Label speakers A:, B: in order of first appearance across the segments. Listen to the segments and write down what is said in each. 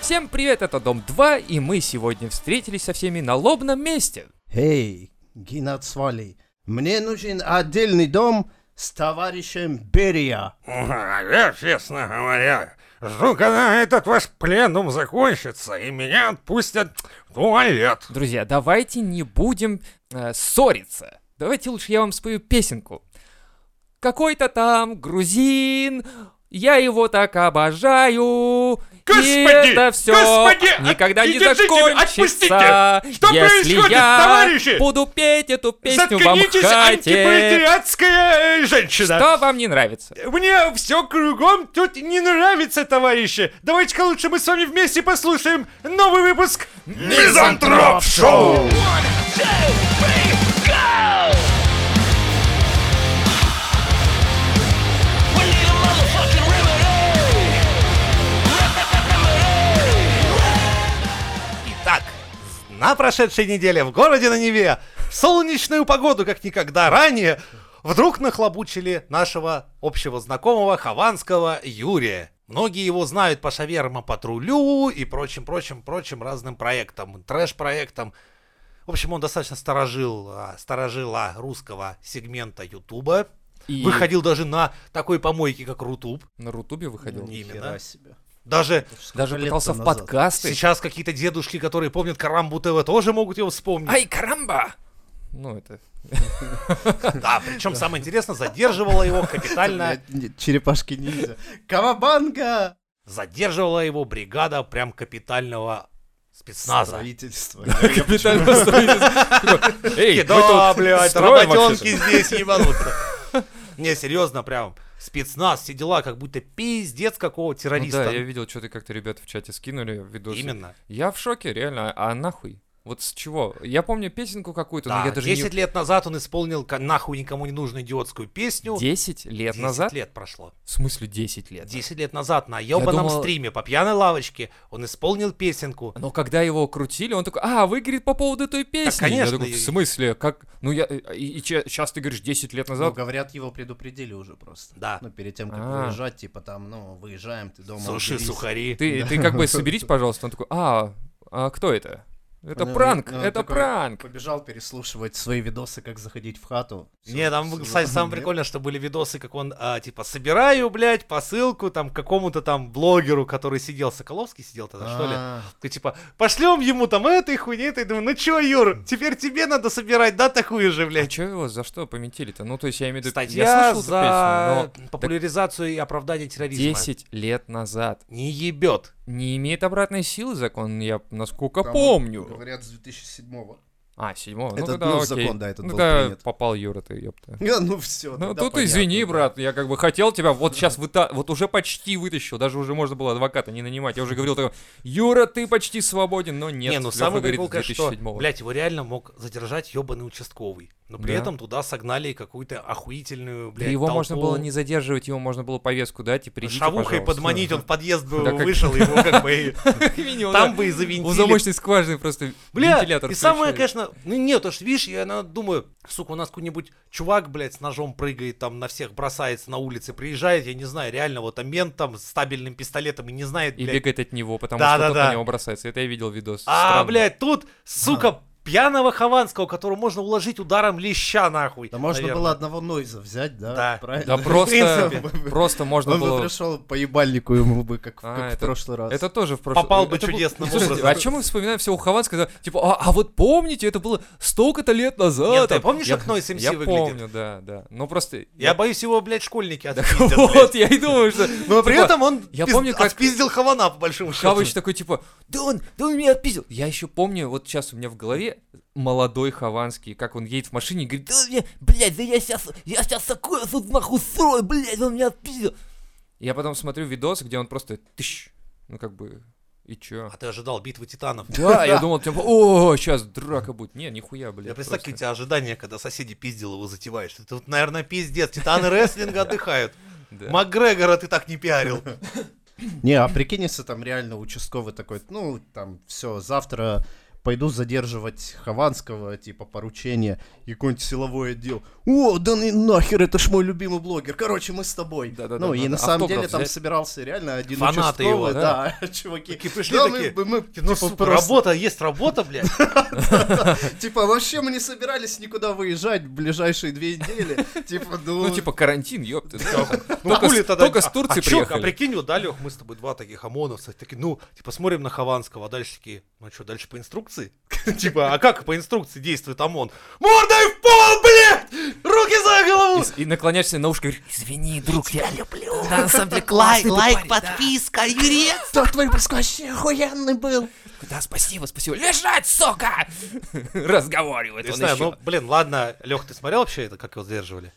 A: Всем привет, это Дом 2, и мы сегодня встретились со всеми на лобном месте.
B: Эй, Геннадсвали, мне нужен отдельный дом с товарищем Берия.
C: Ага, Я, честно говоря, жду, когда этот ваш пленум закончится, и меня отпустят в туалет.
A: Друзья, давайте не будем э, ссориться. Давайте лучше я вам спою песенку. Какой-то там грузин, я его так обожаю. и
C: Господи!
A: это все
C: Господи! От-
A: никогда не
C: идите, отпустите!
A: закончится,
C: Что
A: если
C: происходит,
A: я
C: товарищи?
A: буду петь эту песню вам
C: Заткнитесь, антипролетариатская э, женщина!
A: Что вам не нравится?
C: Мне все кругом тут не нравится, товарищи! Давайте-ка лучше мы с вами вместе послушаем новый выпуск Мизантроп Шоу!
D: We need a motherfucking remedy.
C: Итак, на прошедшей неделе в городе на Неве в солнечную погоду, как никогда ранее, вдруг нахлобучили нашего общего знакомого Хованского Юрия. Многие его знают по шаверма-патрулю и прочим-прочим-прочим разным проектам, трэш-проектам. В общем, он достаточно сторожил, а, сторожила русского сегмента Ютуба.
A: И
C: Выходил даже на такой помойке, как Рутуб.
A: на Рутубе выходил.
C: Не. Именно.
B: Хера себе.
C: Даже
A: Даже
B: Сколько
A: пытался в
B: лет-то назад?
A: подкасты.
C: сейчас какие-то дедушки, которые помнят Карамбу ТВ, тоже могут его вспомнить.
A: Ай, карамба! Ну, это...
C: Да, причем самое интересное, задерживала его капитально,
B: Блядь, не- черепашки ниндзя. Кавабанга!
C: задерживала его бригада прям капитального спецназа.
B: Строительство.
A: Капитальное строительство. Такой, Эй,
C: Да,
A: мы тут
C: блядь,
A: строим Ну
C: работенки
A: вообще-то».
C: здесь ебанутся. Не, серьезно, прям спецназ, все дела, как будто пиздец какого
A: Ну да, я
C: террориста.
A: видел, что-то как-то ребята в чате скинули видосы.
C: Именно.
A: Я в шоке, реально. А нахуй? Вот с чего? Я помню песенку какую-то, но
C: Да,
A: я даже не...
C: 10 лет назад он исполнил ка- нахуй никому не нужную идиотскую песню.
A: 10 лет
C: 10
A: назад?
C: лет прошло.
A: В смысле 10 лет?
C: 10 лет назад на ебаном
A: думал- Ну,
C: стриме по пьяной лавочке он исполнил песенку.
A: Но когда его крутили, он такой, а, вы, говорит, по поводу той песни. Я
C: конечно,
A: такой, в
C: и-
A: смысле? Как? Ну, я... И, сейчас ты говоришь 10 лет
B: Ну,
A: назад?
B: говорят, его предупредили уже просто.
C: Да.
B: Ну, перед тем, как
A: А.
B: выезжать, типа там, ну, выезжаем, ты дома.
C: Суши,
B: уберись.
C: сухари.
A: Ты, ты как бы соберись, пожалуйста. Он такой, а, а кто это? Это
B: Ну,
A: пранк,
B: ну,
A: это
B: такой
A: пранк.
B: Побежал переслушивать свои видосы, как заходить в хату. Всё,
C: Не, там,
B: всё.
C: кстати, самое прикольное, что были видосы, как он, а, типа, собираю, блядь, посылку там к какому-то там блогеру, который сидел, Соколовский сидел тогда, что ли?
B: А,
C: Ты, типа, пошлем ему там этой хуйни, этой, думаю, ну чё, Юр, теперь тебе надо собирать, да, такую же,
A: А
C: блядь.
A: чё его за что пометили-то? Ну, то есть я имею в виду, я
C: Статья
A: слышал
C: за
A: эту песню,
C: популяризацию и оправдание
A: но
C: терроризма.
A: 10 лет назад.
C: Не ебет.
A: Не имеет обратной силы закон, я насколько
B: там,
A: помню.
B: Говорят, с 2007-го.
A: А, седьмого. Ну,
B: Этот
A: тогда
B: был
A: окей.
B: закон, да, этот
A: ну,
B: был
A: тогда
B: принят.
A: попал Юра, ты, ёпта.
B: Не, Ну, все.
A: Ну, тут извини, брат, я как бы хотел тебя, вот сейчас выта... вот уже почти вытащил, даже уже можно было адвоката не нанимать. Я уже говорил, такой, Юра, ты почти свободен, но нет.
C: не, ну
A: Лёха
C: самый
A: говорит,
C: прикол, конечно, что,
A: 2007-го.
C: блядь, его реально мог задержать ебаный участковый. Но при
A: Да.
C: этом туда согнали какую-то охуительную,
A: Да
C: блядь,
A: его можно
C: толпу.
A: было не задерживать, его можно было повестку дать и прийти.
C: Шавухой подманить, он в подъезд бы
A: Да как- Ну
C: вышел, его как бы и там бы и
A: у
C: завинтили.
A: замочной скважины просто
C: Бля,
A: вентилятор.
C: и самое,
A: включили.
C: конечно, ну нет, уж видишь, я иногда думаю, сука, у нас какой-нибудь чувак, блядь, с ножом прыгает, там на всех бросается на улице, приезжает, я не знаю, реально, вот там мент там с стабильным пистолетом и не знает,
A: И
C: блядь.
A: бегает от него, потому
C: Да,
A: что
C: да,
A: тот
C: да.
A: на него бросается. Это я видел видос.
C: А,
A: Странно.
C: блядь, тут, сука, пьяного Хованского, которого можно уложить ударом леща, нахуй.
B: Да можно
C: наверное.
B: было одного Нойза взять, да?
C: Да.
B: Правильно?
A: Да просто,
B: принципе.
A: просто можно
B: Он бы
A: было...
B: пришел по ебальнику ему бы, как, в-
A: А,
B: как
A: это-
B: в прошлый раз.
A: Это тоже в прошлом...
C: Попал бы
A: это был-
C: чудесным
A: Слушайте, а
C: образом.
A: о чем мы вспоминаем все у Хованского? когда, Типа, а, а вот помните, это было столько-то лет назад.
C: Нет, ты
A: там-
C: помнишь,
A: Я-
C: как Нойз MC
A: Я
C: выглядит?
A: помню, да, да. Ну просто...
C: Я боюсь его, блядь, школьники отпиздят,
A: Вот,
C: блядь.
A: я и думаю, что...
C: Но при
A: типа,
C: этом он
A: я
C: пиз-
A: помню, как-
C: отпиздил Хавана, по большому счету.
A: Хавыч такой, типа, да он, да он меня отпиздил. Я еще помню, вот сейчас у меня в голове молодой Хованский, как он едет в машине и говорит, да он меня, блядь, да я сейчас, я сейчас такое тут нахуй устрою, блядь, он меня отпиздил. Я потом смотрю видос, где он просто тыщ, ну как бы, и чё?
C: А ты ожидал битвы титанов.
A: Да, я думал, типа, о, сейчас драка будет. Не, нихуя, блядь.
C: Я представь, какие у
A: просто.
C: тебя ожидания, когда соседи пиздил его затеваешь. Ты тут, наверное, пиздец. Титаны рестлинга отдыхают.
A: Да.
C: Макгрегора ты так не пиарил.
B: Не, а прикинь, если там реально участковый такой, ну, там, все, завтра
E: пойду задерживать Хованского, типа, поручение, и какой-нибудь силовой отдел. О, да ну и нахер, это ж мой любимый блогер, короче, мы с тобой.
A: Да-да-да,
E: ну, и
A: надо
E: на самом
A: автограф
E: деле там
A: взять.
E: собирался реально один
C: Фанаты
E: участковый,
C: его,
E: да, чуваки.
C: Такие пришли,
E: Да,
C: такие,
E: мы, мы,
C: Ну,
E: типа,
C: сука,
E: просто-
C: работа, есть работа, блядь.
E: Типа, вообще мы не собирались никуда выезжать в ближайшие две недели. Типа,
A: Ну, типа карантин, ёб ты.
C: Ну,
A: Только с-
C: хули тогда-
A: только с
C: а-
A: Турции
C: а чё,
A: приехали.
C: А прикинь, вот, да, Лёх, мы с тобой два таких ОМОНовца, такие, ну, типа, смотрим на Хованского, а дальше такие, ну, что, дальше по инструкции? Типа, а как по инструкции действует ОМОН? Мордой в пол, блядь! Руки за голову!
A: И наклоняешься на ушко и говоришь, извини, друг, я люблю. Да, на самом деле
F: Лайк,
A: классный ты
F: лайк,
A: парень,
F: подписка, Юрец! Да, твой вообще охуенный был!
A: да. Да, спасибо, спасибо. Лежать, сука! Разговаривает
C: Не
A: он
C: знаю,
A: ещё.
C: ну, блин, ладно, Лех, ты смотрел вообще это, как его задерживали?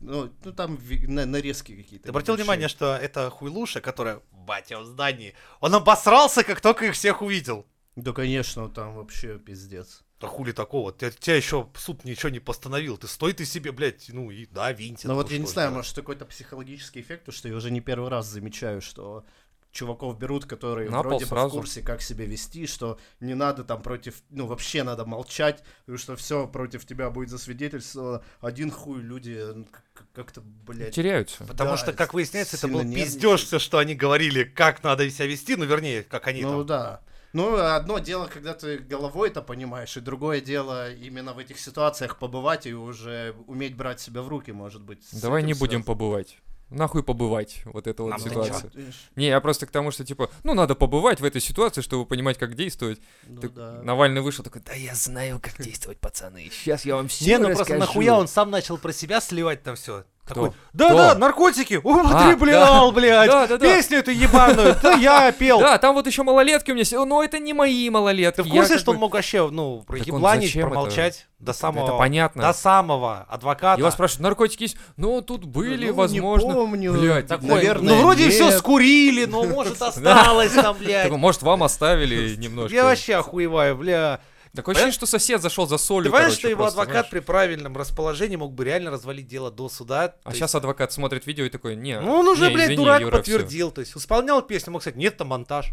E: Ну, ну, там ви- на- нарезки какие-то.
C: Ты обратил
E: небольшие.
C: внимание, что это хуйлуша, которая, батя, в здании, он обосрался, как только их всех увидел.
E: Да, конечно, там вообще пиздец.
C: Да хули такого, тебя, тебя еще суд ничего не постановил, ты стой ты себе, блядь, ну и да, винтик.
E: Ну вот я
C: что
E: не знаю,
C: делать.
E: может какой-то психологический эффект, потому что я уже не первый раз замечаю, что чуваков берут, которые
A: На пол
E: вроде бы в
A: сразу.
E: курсе, как себя вести, что не надо там против, ну вообще надо молчать, потому что все против тебя будет засвидетельствовано. Один хуй люди ну, к- как-то, блядь,
A: Теряются.
C: Потому
E: Да,
C: что, как выясняется, это
E: сильно
C: был
E: нервничают.
C: пиздеж, все, что они говорили, как надо себя вести, ну, вернее, как они
E: Ну
C: там.
E: да. Ну, одно дело, когда ты головой это понимаешь, и другое дело именно в этих ситуациях побывать и уже уметь брать себя в руки, может быть. с
A: Давай
E: этим
A: не будем
E: связано.
A: побывать. Нахуй побывать, вот эта вот
C: Нам-то
A: ситуация.
E: Ну, видишь,
A: Не, я просто к тому, что типа, ну надо побывать в этой ситуации, чтобы понимать, как действовать.
E: ну
A: Ты-
E: да.
A: Навальный вышел такой, да
F: я знаю, как действовать, пацаны. Сейчас я вам все
C: Не, ну просто нахуя он сам начал про себя сливать там все. Такой,
A: Кто?
C: да-да,
E: А,
C: наркотики, употреблял, блядь,
A: Да-да-да.
C: песню эту ебаную, да я пел.
A: Да, там вот еще малолетки у меня сидят, но это не мои малолетки.
C: Ты в
A: я
C: курсе,
A: как
C: что
A: бы-
C: он мог вообще, ну,
A: он
C: проебланить,
A: зачем это?
C: промолчать до самого...
A: понятно.
C: До самого адвоката.
A: Его спрашивают, наркотики есть? Ну, тут были,
E: Ну,
A: возможно.
E: Не помню.
A: Блядь,
C: Такой,
E: наверное,
C: ну, вроде
E: нет.
C: все скурили, но, может, осталось там, блядь.
A: Такой, может, вам оставили немножко.
C: Я вообще охуеваю, бля.
A: Такое ощущение, что сосед зашел за солью,
C: Ты понимаешь,
A: короче,
C: что его
A: просто,
C: адвокат
A: знаешь.
C: при правильном расположении мог бы реально развалить дело до суда. то
A: А
C: есть-
A: сейчас адвокат смотрит видео и такой, не,
C: Ну, он уже,
A: не,
C: блядь,
A: извини,
C: дурак
A: Юра, всё».
C: подтвердил. То есть исполнял песню, мог сказать, нет, это монтаж.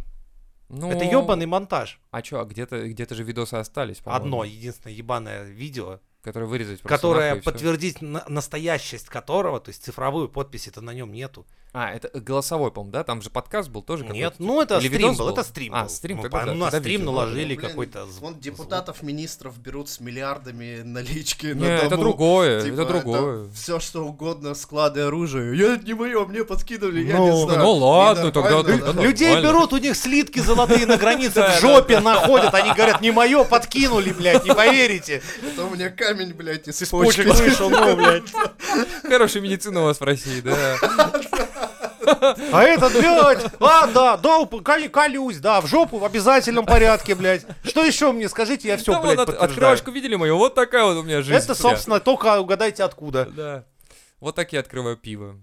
A: Ну,
C: Это ебаный монтаж.
A: А чё, а где-то где же видосы остались, по-моему,
C: Одно, единственное ебаное видео,
A: Которое вырезать просто
C: которое
A: нахуй и всё.
C: подтвердить на- настоящесть которого, то есть цифровую подписи-то на нем нету.
A: А, это голосовой, по-моему, да? Там же подкаст был тоже
C: Нет,
A: какой-то.
C: ну это
A: Или
C: стрим
A: видос
C: был,
A: был?
C: это стрим
A: А,
C: был.
A: стрим,
C: Ну,
A: тогда
C: по-
A: да,
C: ну, на
A: тогда
C: стрим
A: видео.
C: наложили
E: Блин,
C: какой-то зв-
E: Вон
C: звук.
E: депутатов, министров берут с миллиардами налички
A: Не,
E: на
A: это
E: дому.
A: другое,
C: Типа,
A: это другое.
E: все что угодно, склады оружия. Я это не мое, мне подкинули, я
C: Ну,
E: не знаю.
A: ну
E: И
A: ладно,
E: нормально,
A: тогда-
E: да.
A: ну,
C: Людей
A: нормально.
C: берут, у них слитки золотые на границе в жопе находят. Они говорят, не мое, подкинули, блядь, не поверите.
E: Это А у меня камень, блядь, из
C: Почек
E: почки.
C: вышел, ну, блядь.
A: Хорошая медицина у вас в России, да.
C: А этот, блядь, а, да, да, уп- кол- колюсь, да, в жопу в обязательном порядке, блядь. Что еще мне скажите, я все,
A: Да
C: блядь,
A: вон, от-
C: подтверждаю.
A: открывашку видели мою? Вот такая вот у меня жизнь.
C: Это,
A: вся.
C: собственно, только угадайте откуда.
A: Да. Вот так я открываю пиво.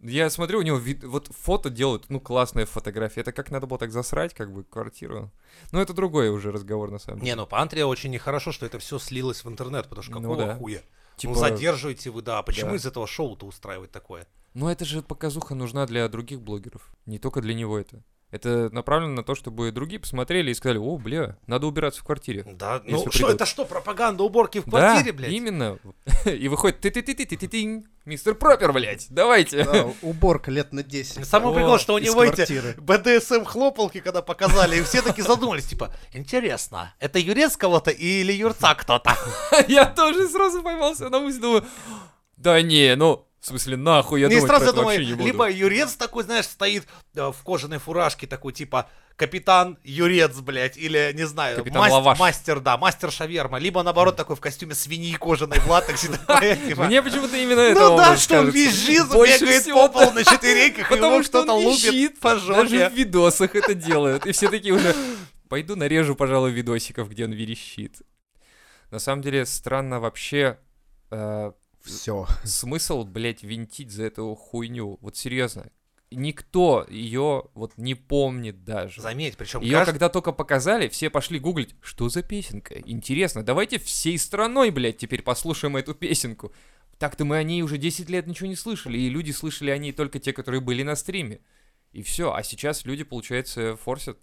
A: Я смотрю, у него вид- вот фото делают, ну, классные фотографии. Это как надо было так засрать, как бы, квартиру. Но это другой уже разговор, на самом деле.
C: Не, ну по Андрея очень нехорошо, что это все слилось в интернет, потому что
A: Ну
C: какого
A: да.
C: хуя?
A: Типа,
C: Ну задерживаете вы, да. Почему
A: да.
C: из этого шоу-то устраивать такое?
A: ну, это же показуха нужна для других блогеров. Не только для него это. Это направлено на то, чтобы и другие посмотрели и сказали, о, бля, надо убираться в квартире.
C: Да,
A: Если
C: ну что,
A: придут.
C: это что, пропаганда уборки в квартире,
A: да,
C: блядь?
A: именно. И выходит ты ты ты ты ты ты мистер Пропер, блядь, давайте.
E: Да, уборка лет на 10.
C: Самое
E: О,
C: прикольное, что у
E: из
C: него эти
E: квартиры.
C: БДСМ-хлопалки, когда показали, и все таки задумались, типа, интересно, это юрец кого-то или юрца кто-то?
A: Я тоже сразу поймался на мысли, думаю, да не, ну, в смысле, нахуй, я
C: Не
A: думать про
C: сразу
A: это
C: думаю,
A: вообще не буду.
C: либо юрец такой, знаешь, стоит э, в кожаной фуражке, такой, типа, капитан юрец, блядь, или, не знаю,
A: Капитан
C: мас-
A: Лаваш.
C: мастер, да, мастер шаверма, либо, наоборот, такой в костюме свиньи кожаной в латексе, такой, типа,
A: Мне почему-то именно это
C: Ну да,
A: образ
C: что он
A: кажется.
C: визжит,
A: Больше
C: бегает
A: всего,
C: по полу на четвереньках, и его
A: Потому что
C: кто-то
A: он
C: лупит
A: визжит,
C: по
A: даже
C: жопе.
A: в видосах это делают. И все такие уже, пойду нарежу, пожалуй, видосиков, где он верещит. На самом деле, странно вообще э,
E: Все.
A: смысл, блядь, винтить за эту хуйню. Вот серьезно. Никто ее вот не помнит даже.
C: Заметь, причем
A: Ее когда только показали, все пошли гуглить, что за песенка. Интересно, давайте всей страной, блядь, теперь послушаем эту песенку. Так-то мы о ней уже 10 лет ничего не слышали, и люди слышали о ней только те, которые были на стриме. И все, а сейчас люди, получается, форсят.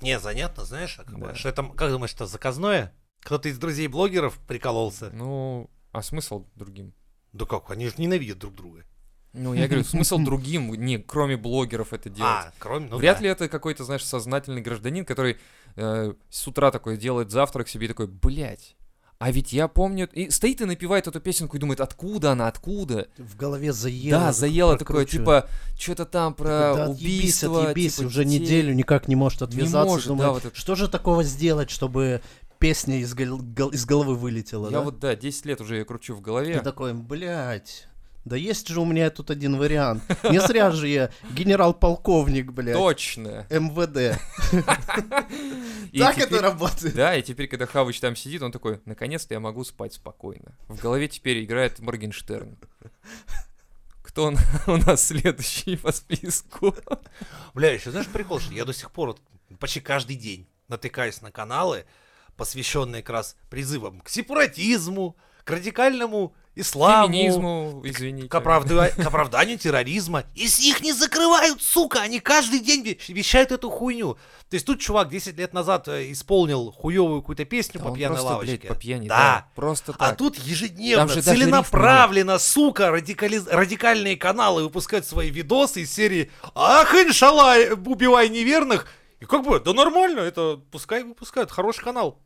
C: Не, занятно, знаешь, а как, бы,
A: Да.
C: что это, как думаешь, это заказное? Кто-то из друзей блогеров прикололся?
A: Ну, а смысл другим?
C: Да как, они же ненавидят друг друга.
A: Ну, я говорю, смысл другим, не кроме блогеров это делать.
C: А, кроме, ну
A: Вряд
C: да.
A: ли это какой-то, знаешь, сознательный гражданин, который э, с утра такой делает завтрак себе и такой, блядь, а ведь я помню... И стоит и напевает эту песенку и думает, откуда она, откуда?
E: В голове заело.
A: да, заело такое,
E: прокручиваю.
A: типа, что-то там про
E: Да отъебись,
A: убийство,
E: отъебись,
A: типа,
E: уже
A: детей.
E: неделю никак не может отвязаться.
A: может,
E: думаю,
A: да, вот это.
E: Что же такого сделать, чтобы песня из, гол- гол- из головы вылетела?
A: Я
E: да?
A: вот, да, 10 лет уже ее кручу в голове.
E: Ты такой, блядь. Да есть же у меня тут один вариант. Не зря же я генерал-полковник, блядь.
A: Точно.
E: МВД.
A: И
E: Так
A: теперь-
E: это работает.
A: Да, и теперь, когда Хавыч там сидит, он такой, наконец-то я могу спать спокойно. В голове теперь играет Моргенштерн. Кто он- у нас следующий по списку?
C: Бля, еще знаешь прикол, что я до сих пор вот почти каждый день натыкаюсь на каналы, посвященные как раз призывам к сепаратизму, к радикальному исламу,
A: Феминизму, извините.
C: к, оправда- к оправданию терроризма. И с- их не закрывают, сука! Они каждый день ве- вещают эту хуйню. То есть тут чувак 10 лет назад э, исполнил хуевую какую-то песню
A: Да
C: по
A: он
C: пьяной
A: просто, блядь,
C: лавочке.
A: по пьяни,
C: Да.
A: Просто так.
C: А тут ежедневно,
A: Там же даже рифмы
C: целенаправленно, сука, радикали- радикальные каналы выпускают свои видосы из серии «Ах, иншалла, э, убивай неверных!» И как бы, да нормально, это пускай выпускают, хороший канал.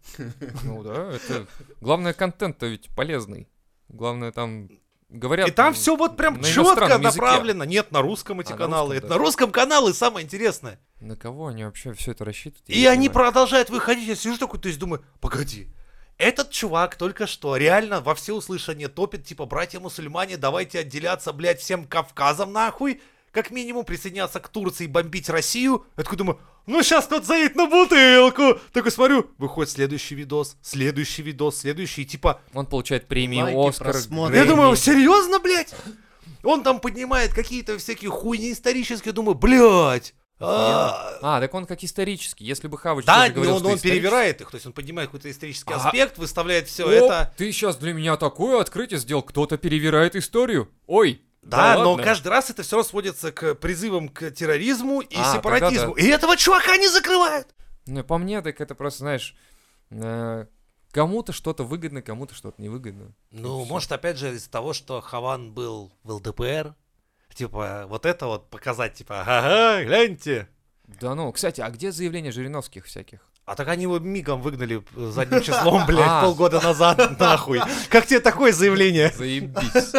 A: Ну да, это... Главное, контент-то ведь полезный. Главное, там говорят... ну,
C: И там все вот прям
A: на
C: четко
A: иностранном языке.
C: направлено. Нет, на русском эти
A: А, на
C: каналы.
A: русском,
C: это
A: да.
C: на русском каналы самое интересное.
A: На кого они вообще все это рассчитывают? я
C: И
A: не
C: они
A: понимаю.
C: продолжают выходить. Я сижу такой, то есть думаю, погоди, этот чувак только что реально во всеуслышание топит, типа, братья-мусульмане, давайте отделяться, блядь, всем Кавказом нахуй, как минимум присоединяться к Турции и бомбить Россию. Я такой думаю, ну сейчас кто-то заедет на бутылку. Такой смотрю, выходит следующий видос, следующий видос, следующий, и типа,
A: Он получает премию
B: Лайки,
A: Оскар.
B: просмотры.
C: я
A: Грэмми.
C: думаю, серьезно, блядь? Он там поднимает какие-то всякие хуйни исторические, думаю, блядь. а,
A: А, так он как исторический. Если бы Хавыч
C: да,
A: тоже говорил,
C: но он,
A: что
C: он
A: исторический-
C: перевирает их, то есть он поднимает какой-то исторический
A: А.
C: аспект, выставляет все
A: О,
C: это.
A: Ты сейчас для меня такое открытие сделал, кто-то перевирает историю. Ой.
C: Да, но
A: ладно.
C: каждый раз это все сводится к призывам к терроризму и
A: А,
C: сепаратизму. И этого чувака не закрывают.
A: Ну, по мне, так это просто, знаешь, э, кому-то что-то выгодно, кому-то что-то невыгодно.
C: Ну,
A: И всё.
C: может, опять же, из-за того, что Хаван был в ЛДПР, типа, вот это вот показать, типа, ага, гляньте.
A: Да ну, кстати, а где заявления Жириновских всяких?
C: А так они его мигом выгнали э, задним числом, блядь,
A: А.
C: полгода назад, нахуй. Как тебе такое заявление?
A: Заебись.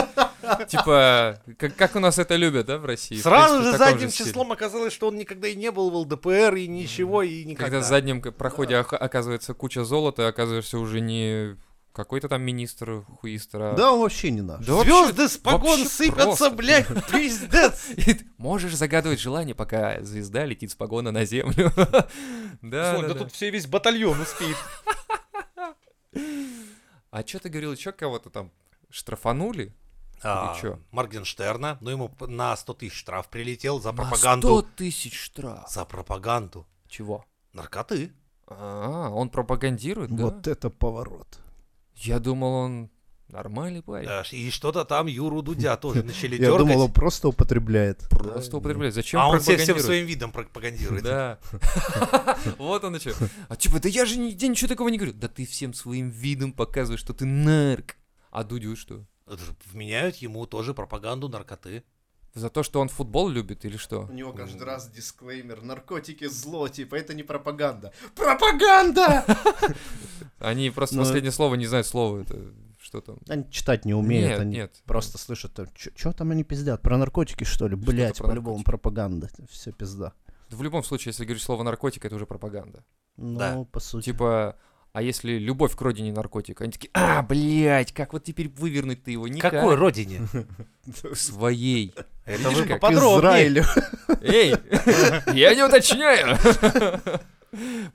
A: Типа, как, как у нас это любят, да, в России? В
C: Сразу
A: принципе, в
C: же
A: таком
C: задним
A: стиле.
C: числом оказалось, что он никогда и не был в ЛДПР, и ничего, и никогда.
A: Когда в заднем к- проходе ох- оказывается куча золота, оказываешься уже не какой-то там министр а хуистра.
E: Да, он вообще не наш.
A: Да вообще-
C: Звезды с погон
A: вообще
C: сыпятся,
A: просто.
C: блядь, пиздец.
A: И ты можешь загадывать желание, пока звезда летит с погона на землю. Да,
C: Слушай,
A: да,
C: да
A: да.
C: тут все весь батальон успеет.
A: А что ты говорил, еще кого-то там штрафанули?
C: А,
A: чё?
C: Моргенштерна, ну ему п- на 100 тысяч штраф прилетел за
A: На
C: А пропаганду.
A: 100 тысяч штраф.
C: За пропаганду.
A: Чего?
C: Наркоты.
A: А, он
C: Ну
A: пропагандирует, да?
E: Вот это поворот.
A: Я думал, он нормальный парень.
C: Э, И что-то там Юру Дудя тоже начали
E: Я думал, он
C: дергать.
E: просто употребляет.
A: Просто употребляет. Зачем
C: А он все- всем
A: пропагандирует?
C: своим видом пропагандирует.
A: Да. Вот он что. А типа, да я же нигде ничего такого не говорю. Да ты всем своим видом показываешь, что ты нарк. А Дудю что?
C: Это же Вменяют ему тоже пропаганду наркоты.
A: За то, что он футбол любит или что?
B: У него каждый раз дисклеймер. Наркотики зло, типа, это не пропаганда. Пропаганда!
A: Они просто
E: Ну,
A: последнее слово не знают слово. Это что там?
E: Они читать не умеют,
A: Нет,
E: они
A: нет.
E: просто слышат, что там они пиздят, про наркотики что ли? Блять,
A: про
E: по-любому пропаганда, все пизда.
A: Да в любом случае, если говоришь слово наркотик, это уже пропаганда.
E: Ну,
C: Да.
E: по сути.
A: Типа, а если любовь к родине наркотик? Они такие, а, блядь, как вот теперь вывернуть ты его? Никак.
C: Какой родине?
A: Своей.
C: Это
A: Видишь,
C: вы
A: как?
C: поподробнее.
E: Израилю.
A: Эй, я не уточняю.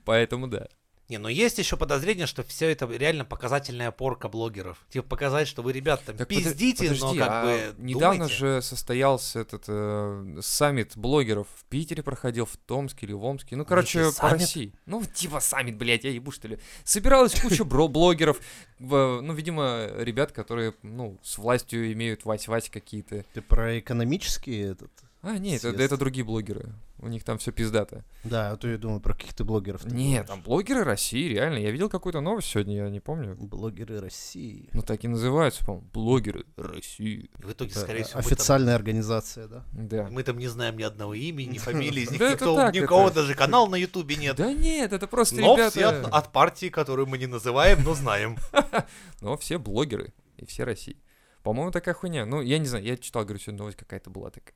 A: Поэтому да.
C: Не, но есть еще подозрение, что все это реально показательная порка блогеров. Типа показать, что вы, ребят, там
A: Так подо-
C: пиздите, но
A: подожди,
C: как
A: а
C: бы
A: недавно
C: думайте.
A: же состоялся этот э, саммит блогеров в Питере проходил, в Томске или в Омске. Ну, короче, по
C: саммит?
A: России. Ну, типа саммит, блядь, я ебу, что ли. Собиралась куча бро- блогеров, в- ну, видимо, ребят, которые, ну, с властью имеют вась-вась какие-то.
E: Ты про экономические этот?
A: А, нет, это,
E: Съезд.
A: это другие блогеры. У них там все пиздато.
E: Да, а то я думаю про каких-то блогеров. ты
A: Нет,
E: говоришь.
A: там блогеры России, реально. Я видел какую-то новость сегодня, я не помню.
E: Блогеры России.
A: Ну так и называются, по-моему. Блогеры России.
C: И в итоге,
E: Да,
C: скорее всего, мы там,
E: Типа, э, Официальная организация, да?
A: Да.
C: мы там не знаем ни одного имени, ни фамилии, из них
A: Да это
C: никто,
A: так,
C: никого
A: это-
C: даже канал на Ютубе нет.
A: Да нет, это просто
C: Но
A: ребята.
C: все от, от партии, которую мы не называем, но знаем.
A: Но все блогеры и все России. По-моему, такая хуйня. Ну, я не знаю, я читал, говорю, сегодня новость какая-то была такая.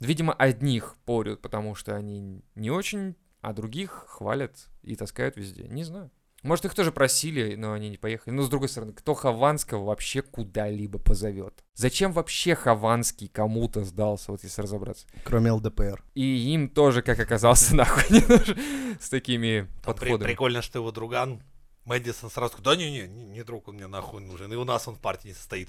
A: Видимо, одних порют, потому что они не очень, а других хвалят и таскают везде. Не знаю. Может, их тоже просили, но они не поехали. Но, с другой стороны, кто Хованского вообще куда-либо позовет? Зачем вообще Хованский кому-то сдался, вот если разобраться?
E: Кроме ЛДПР.
A: И им тоже, как оказалось, нахуй не нужен с такими
C: Там при-
A: подходами.
C: прикольно, что его друган Мэдисон сразу сказал, да не-не, не не друг он мне нахуй нужен, и у нас он в партии не состоит.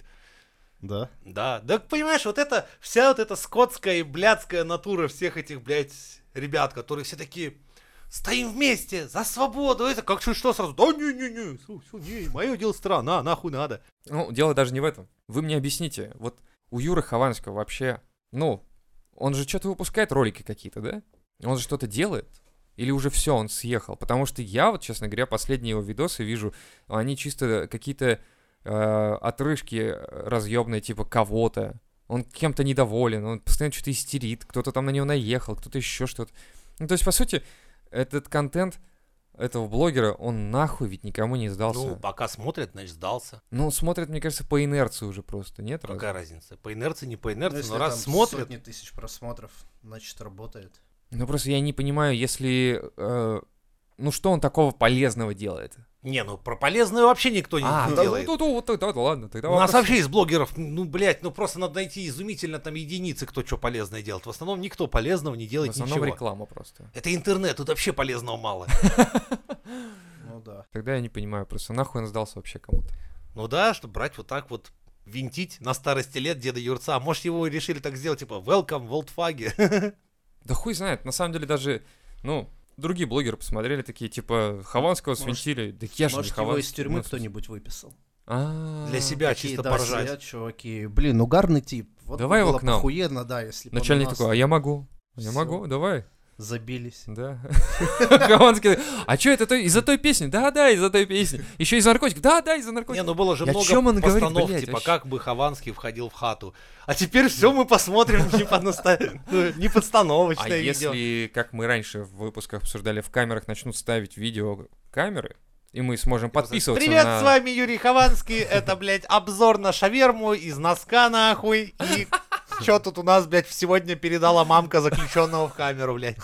E: Да.
C: Да, да понимаешь, вот это, вся вот эта скотская и блядская натура всех этих, блядь, ребят, которые все такие, стоим вместе, за свободу, это как чуть что сразу, да не-не-не, всё, не, мое дело страна, нахуй надо.
A: Ну, дело даже не в этом. Вы мне объясните, вот у Юры Хованского вообще, ну, он же что-то выпускает ролики какие-то, да? Он же что-то делает? Или уже все, он съехал? Потому что я, вот, честно говоря, последние его видосы вижу, они чисто какие-то э, отрыжки разъемные, типа кого-то. Он кем-то недоволен, он постоянно что-то истерит, кто-то там на него наехал, кто-то еще что-то. Ну, то есть, по сути, этот контент этого блогера, он нахуй ведь никому не сдался.
C: Ну, пока смотрят, значит, сдался.
A: Ну, смотрят, мне кажется, по инерции уже просто, нет? разве?
C: Какая разница? По инерции, не по
B: Ну,
C: инерции,
B: если
C: но раз
B: там
C: смотрят,
B: сотни тысяч просмотров, значит, работает.
A: Ну, просто я не понимаю, если... э, ну, что он такого полезного делает?
C: не, ну про полезное вообще никто не
A: А,
C: не
A: да,
C: делает.
A: ну, ну, вот тогда ладно, тогда
C: У
A: вопрос-
C: нас вообще из блогеров, ну, блядь, ну просто надо найти изумительно там единицы, кто что полезное делает. В основном никто полезного не
A: В
C: делает
A: основном
C: ничего.
A: реклама просто.
C: Это интернет, тут вообще полезного мало.
B: Ну да.
A: Тогда я не понимаю просто, нахуй он сдался вообще кому-то.
C: Ну да, чтобы брать вот так вот, винтить на старости лет деда Юрца. А может, его и решили так сделать, типа, welcome, волтфаги.
A: Да хуй знает, на самом деле даже, ну, другие блогеры посмотрели такие, типа, Хованского свинтили. Да я же не
E: Может, его из
A: Хованский,
E: тюрьмы
A: ну, в смысле.
E: кто-нибудь выписал.
A: А,
C: Для себя
E: Такие,
C: чисто
E: да,
C: поржать.
E: сидят чуваки. Блин, угарный тип. Вот
A: Давай его
E: было
A: к нам.
E: Охуенно, да, если бы он
A: Начальник
E: у нас
A: такой, а я могу. Я
E: Всё.
A: могу, давай.
E: Забились.
A: Да. Хованский. А что это той- из-за той песни? Да, да, из-за той песни. Еще из-за наркотиков. Да, да, из-за
C: Не,
A: наркотиков.
C: ну было же
A: О
C: много
A: чём он говорит,
C: постанов,
A: блядь,
C: типа,
A: вообще?
C: как бы Хованский входил в хату. А теперь все мы посмотрим не, поднаста- ну, не
A: А
C: подстановочное видео.
A: если, как мы раньше в выпусках обсуждали, в камерах начнут ставить видео камеры, и мы сможем подписываться
C: Привет,
A: на-
C: с вами Юрий Хованский. Это, блядь, обзор на шаверму из носка, нахуй. И что тут у нас, блядь, сегодня передала мамка заключенного в камеру, блядь.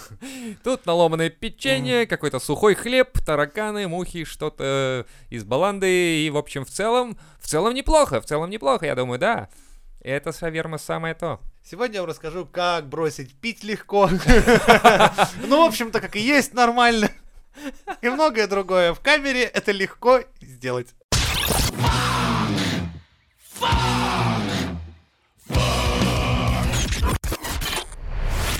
A: Тут наломанное печенье, какой-то сухой хлеб, тараканы, мухи, что-то из баланды. И, в общем, в целом, в целом неплохо, в целом неплохо, я думаю, да. Это, шаверма, самое то.
C: Сегодня я вам расскажу, как бросить пить легко. Ну, в общем-то, как и есть нормально. И многое другое. В камере это легко сделать.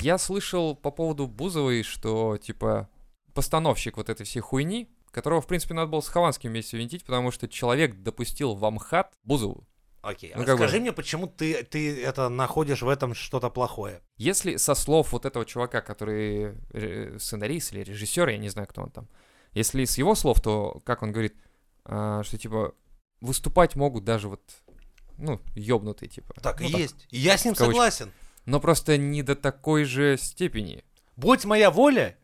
A: Я слышал по поводу Бузовой, что, типа, постановщик вот этой всей хуйни, которого, в принципе, надо было с Хованским вместе винтить, потому что человек допустил в Амхат Бузову.
C: Окей, а
A: Ну, как бы-
C: мне, почему ты, ты это находишь в этом что-то плохое?
A: Если со слов вот этого чувака, который э, сценарист или режиссер, я не знаю, кто он там, если с его слов, то, как он говорит, а, что, типа, выступать могут даже вот, ну, ёбнутые, типа.
C: Так
A: Ну,
C: и есть. И я с ним
A: В кавычках.
C: согласен.
A: Но просто не до такой же степени.
C: Будь моя воля,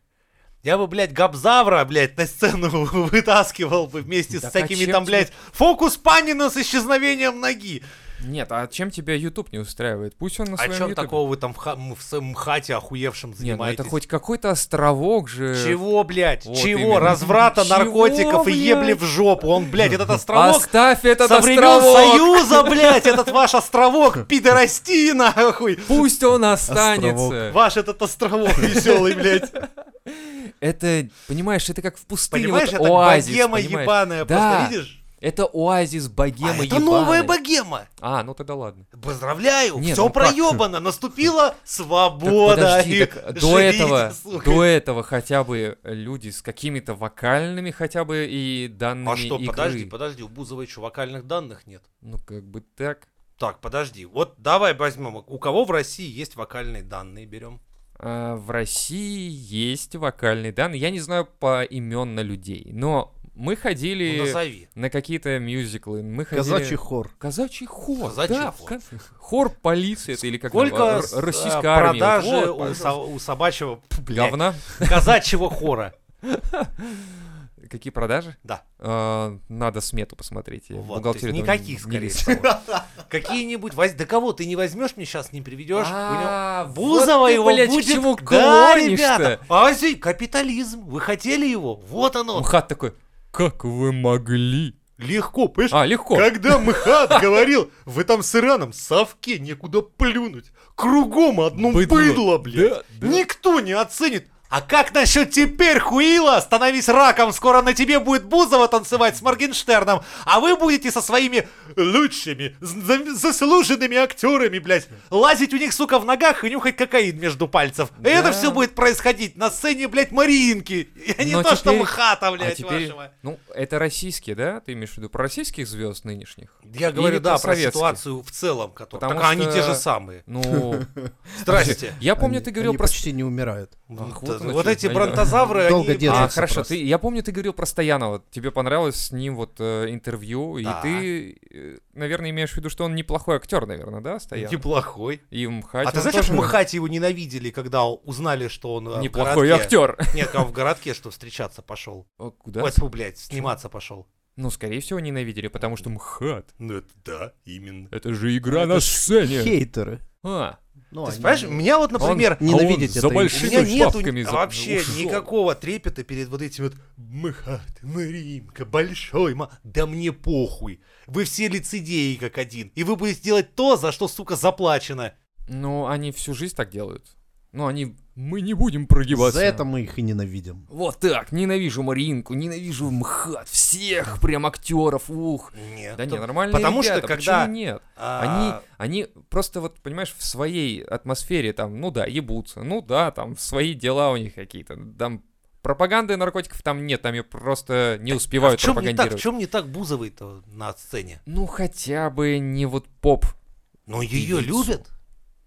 C: я бы, блядь, Габзавра, блядь, на сцену вытаскивал бы вместе с
A: Так а
C: всякими
A: чем
C: там,
A: тебе-
C: блядь, фокус Панина с исчезновением ноги.
A: Нет, а чем тебя YouTube не устраивает? Пусть он на
C: а
A: своем
C: чем
A: Ютубе.
C: такого вы там в, ха- м- в своем хате охуевшем
A: Ну, Не, ну
C: занимаетесь?
A: это хоть какой-то островок же.
C: Чего, блядь?
A: Вот
C: Чего?
A: именно.
C: Разврата
A: Чего,
C: наркотиков и ебли
A: блядь?
C: в жопу. Он, блядь, этот островок
A: Оставь этот
C: со времен
A: островок!
C: Союза, блядь, этот ваш островок, пидорасти, нахуй.
A: Пусть он останется!
C: Ваш этот островок веселый, блядь.
A: Это, понимаешь, это как в пустыне
C: Понимаешь,
A: вот
C: это
A: оазис,
C: богема
A: понимаешь?
C: ебаная.
A: Да,
C: Просто видишь?
A: это оазис богема
C: А это
A: ебаной.
C: новая богема.
A: А, ну тогда ладно.
C: Поздравляю,
A: Не,
C: все
A: ну как?
C: проебано, наступила
A: Так
C: свобода.
A: подожди,
C: и
A: так до
C: живите,
A: этого,
C: сука. А
A: до этого хотя бы э, люди с какими-то вокальными хотя бы и данными
C: А что,
A: игры.
C: подожди, подожди, у Бузовой чё, вокальных данных нет?
A: Ну как бы так.
C: Так, подожди, вот давай возьмем, у кого в России есть вокальные данные, берем.
A: э, в России есть вокальные данные. Я не знаю поименно людей, но мы
C: Ну,
A: ходили
C: назови.
A: на какие-то мюзиклы. Мы ходили...
E: Казачий хор.
A: Казачий хор,
C: Казачий
A: да, в
C: хор.
A: ка- хор полиции это или как там, э,
C: Сколько
A: р-
C: с-
A: российская
C: а,
A: армия.
C: продажи
A: Вот,
C: у, со- у собачьего, пф, блядь,
A: говна.
C: казачьего хора?
A: Какие продажи?
C: Да.
A: А, надо смету посмотреть. я в
C: Вот, то есть
A: бухгалтерию там
C: никаких,
A: не
C: скорее
A: лез.
C: всего. Какие-нибудь, возь- да кого ты не возьмешь, мне сейчас не приведешь.
A: А,
C: понял?
A: вот
C: Бузова
A: ты,
C: его
A: блядь, к
C: будет.
A: чему
C: да,
A: клонишь-то?
C: ребята, а здесь капитализм. Вы хотели его? Вот оно.
A: Мхат такой, как вы могли?
C: Легко, понимаешь?
A: А, легко.
C: Когда Мхат говорил, вы там с Ираном совке некуда плюнуть. Кругом одно
A: Быдло.
C: быдло, блядь.
A: Да, да.
C: Никто не оценит. А как насчет теперь, Хуила? Становись раком, скоро на тебе будет Бузова танцевать с Моргенштерном, а вы будете со своими лучшими, з- заслуженными актерами, блядь, лазить у них, сука, в ногах и нюхать кокаин между пальцев. И Это
A: Да.
C: все будет происходить на сцене, блядь, Маринки, а не
A: Но
C: то, что
A: теперь-
C: Мхата,
A: А
C: блядь,
A: теперь-
C: вашего.
A: Ну, это российские, да? Ты имеешь в виду про российских звезд нынешних?
C: Я
A: Или
C: говорю, да, про
A: советские?
C: ситуацию в целом, которая.
A: Потому
C: Так они
A: что-
C: те же самые.
A: Ну,
C: Здрасте.
A: я помню,
E: Они-
A: ты говорил
E: они
A: про... ст-
E: почти не умирают.
A: Ах,
C: Вот,
A: оно
C: вот
A: чё,
C: эти
A: понятно.
C: бронтозавры,
E: Долго
C: они...
E: держатся.
A: А,
E: Держится
A: хорошо,
E: просто.
A: ты, я помню, ты говорил про Стоянова, тебе понравилось с ним вот э, интервью,
C: Да.
A: и ты, э, наверное, имеешь в виду, что он неплохой актер, наверное, да, Стоянов?
C: Неплохой.
A: И в
C: А,
A: МХАТе
C: ты
A: он
C: знаешь, как
A: тоже
C: в МХАТе его ненавидели, когда узнали, что он э, в
A: неплохой
C: городке-
A: актер.
C: Нет, когда он в городке, что встречаться пошел.
A: О, куда?
C: Ой, тьфу, блядь, сниматься пошел.
A: Ну, скорее всего, ненавидели, потому что МХАТ.
C: Ну это да, именно.
A: Это же игра на сцене.
E: Хейтеры.
A: А,
E: Ну,
C: Ты
E: они-
C: понимаешь, меня вот, например,
A: а он
E: ненавидеть это
A: за
E: и-
C: у
A: большими
C: меня нету
A: ставками за-
C: вообще
A: ушел.
C: никакого трепета перед вот этим вот МХАТ, Маримка, Большой ма... Да мне похуй. Вы все лицедеи как один. И вы будете делать то, за что, сука, заплачено.
A: Ну, они всю жизнь так делают. Ну, они... Мы не будем прогибаться.
E: За это мы их и ненавидим.
A: Вот так, ненавижу Маринку, ненавижу МХАТ, всех прям актеров, ух.
C: Нет. А,
A: Да не, нормально.
C: потому что
A: ребята,
C: когда-
A: почему нет? Они, они просто вот, понимаешь, в своей атмосфере там, ну да, ебутся, ну да, там свои дела у них какие-то, там пропаганды наркотиков там нет, там ее просто не
C: а в
A: успевают
C: чем не так? В
A: пропагандировать.
C: чем не так Бузовой-то на сцене?
A: Ну хотя бы не вот поп.
C: Но ее
A: Певицу.
C: любят.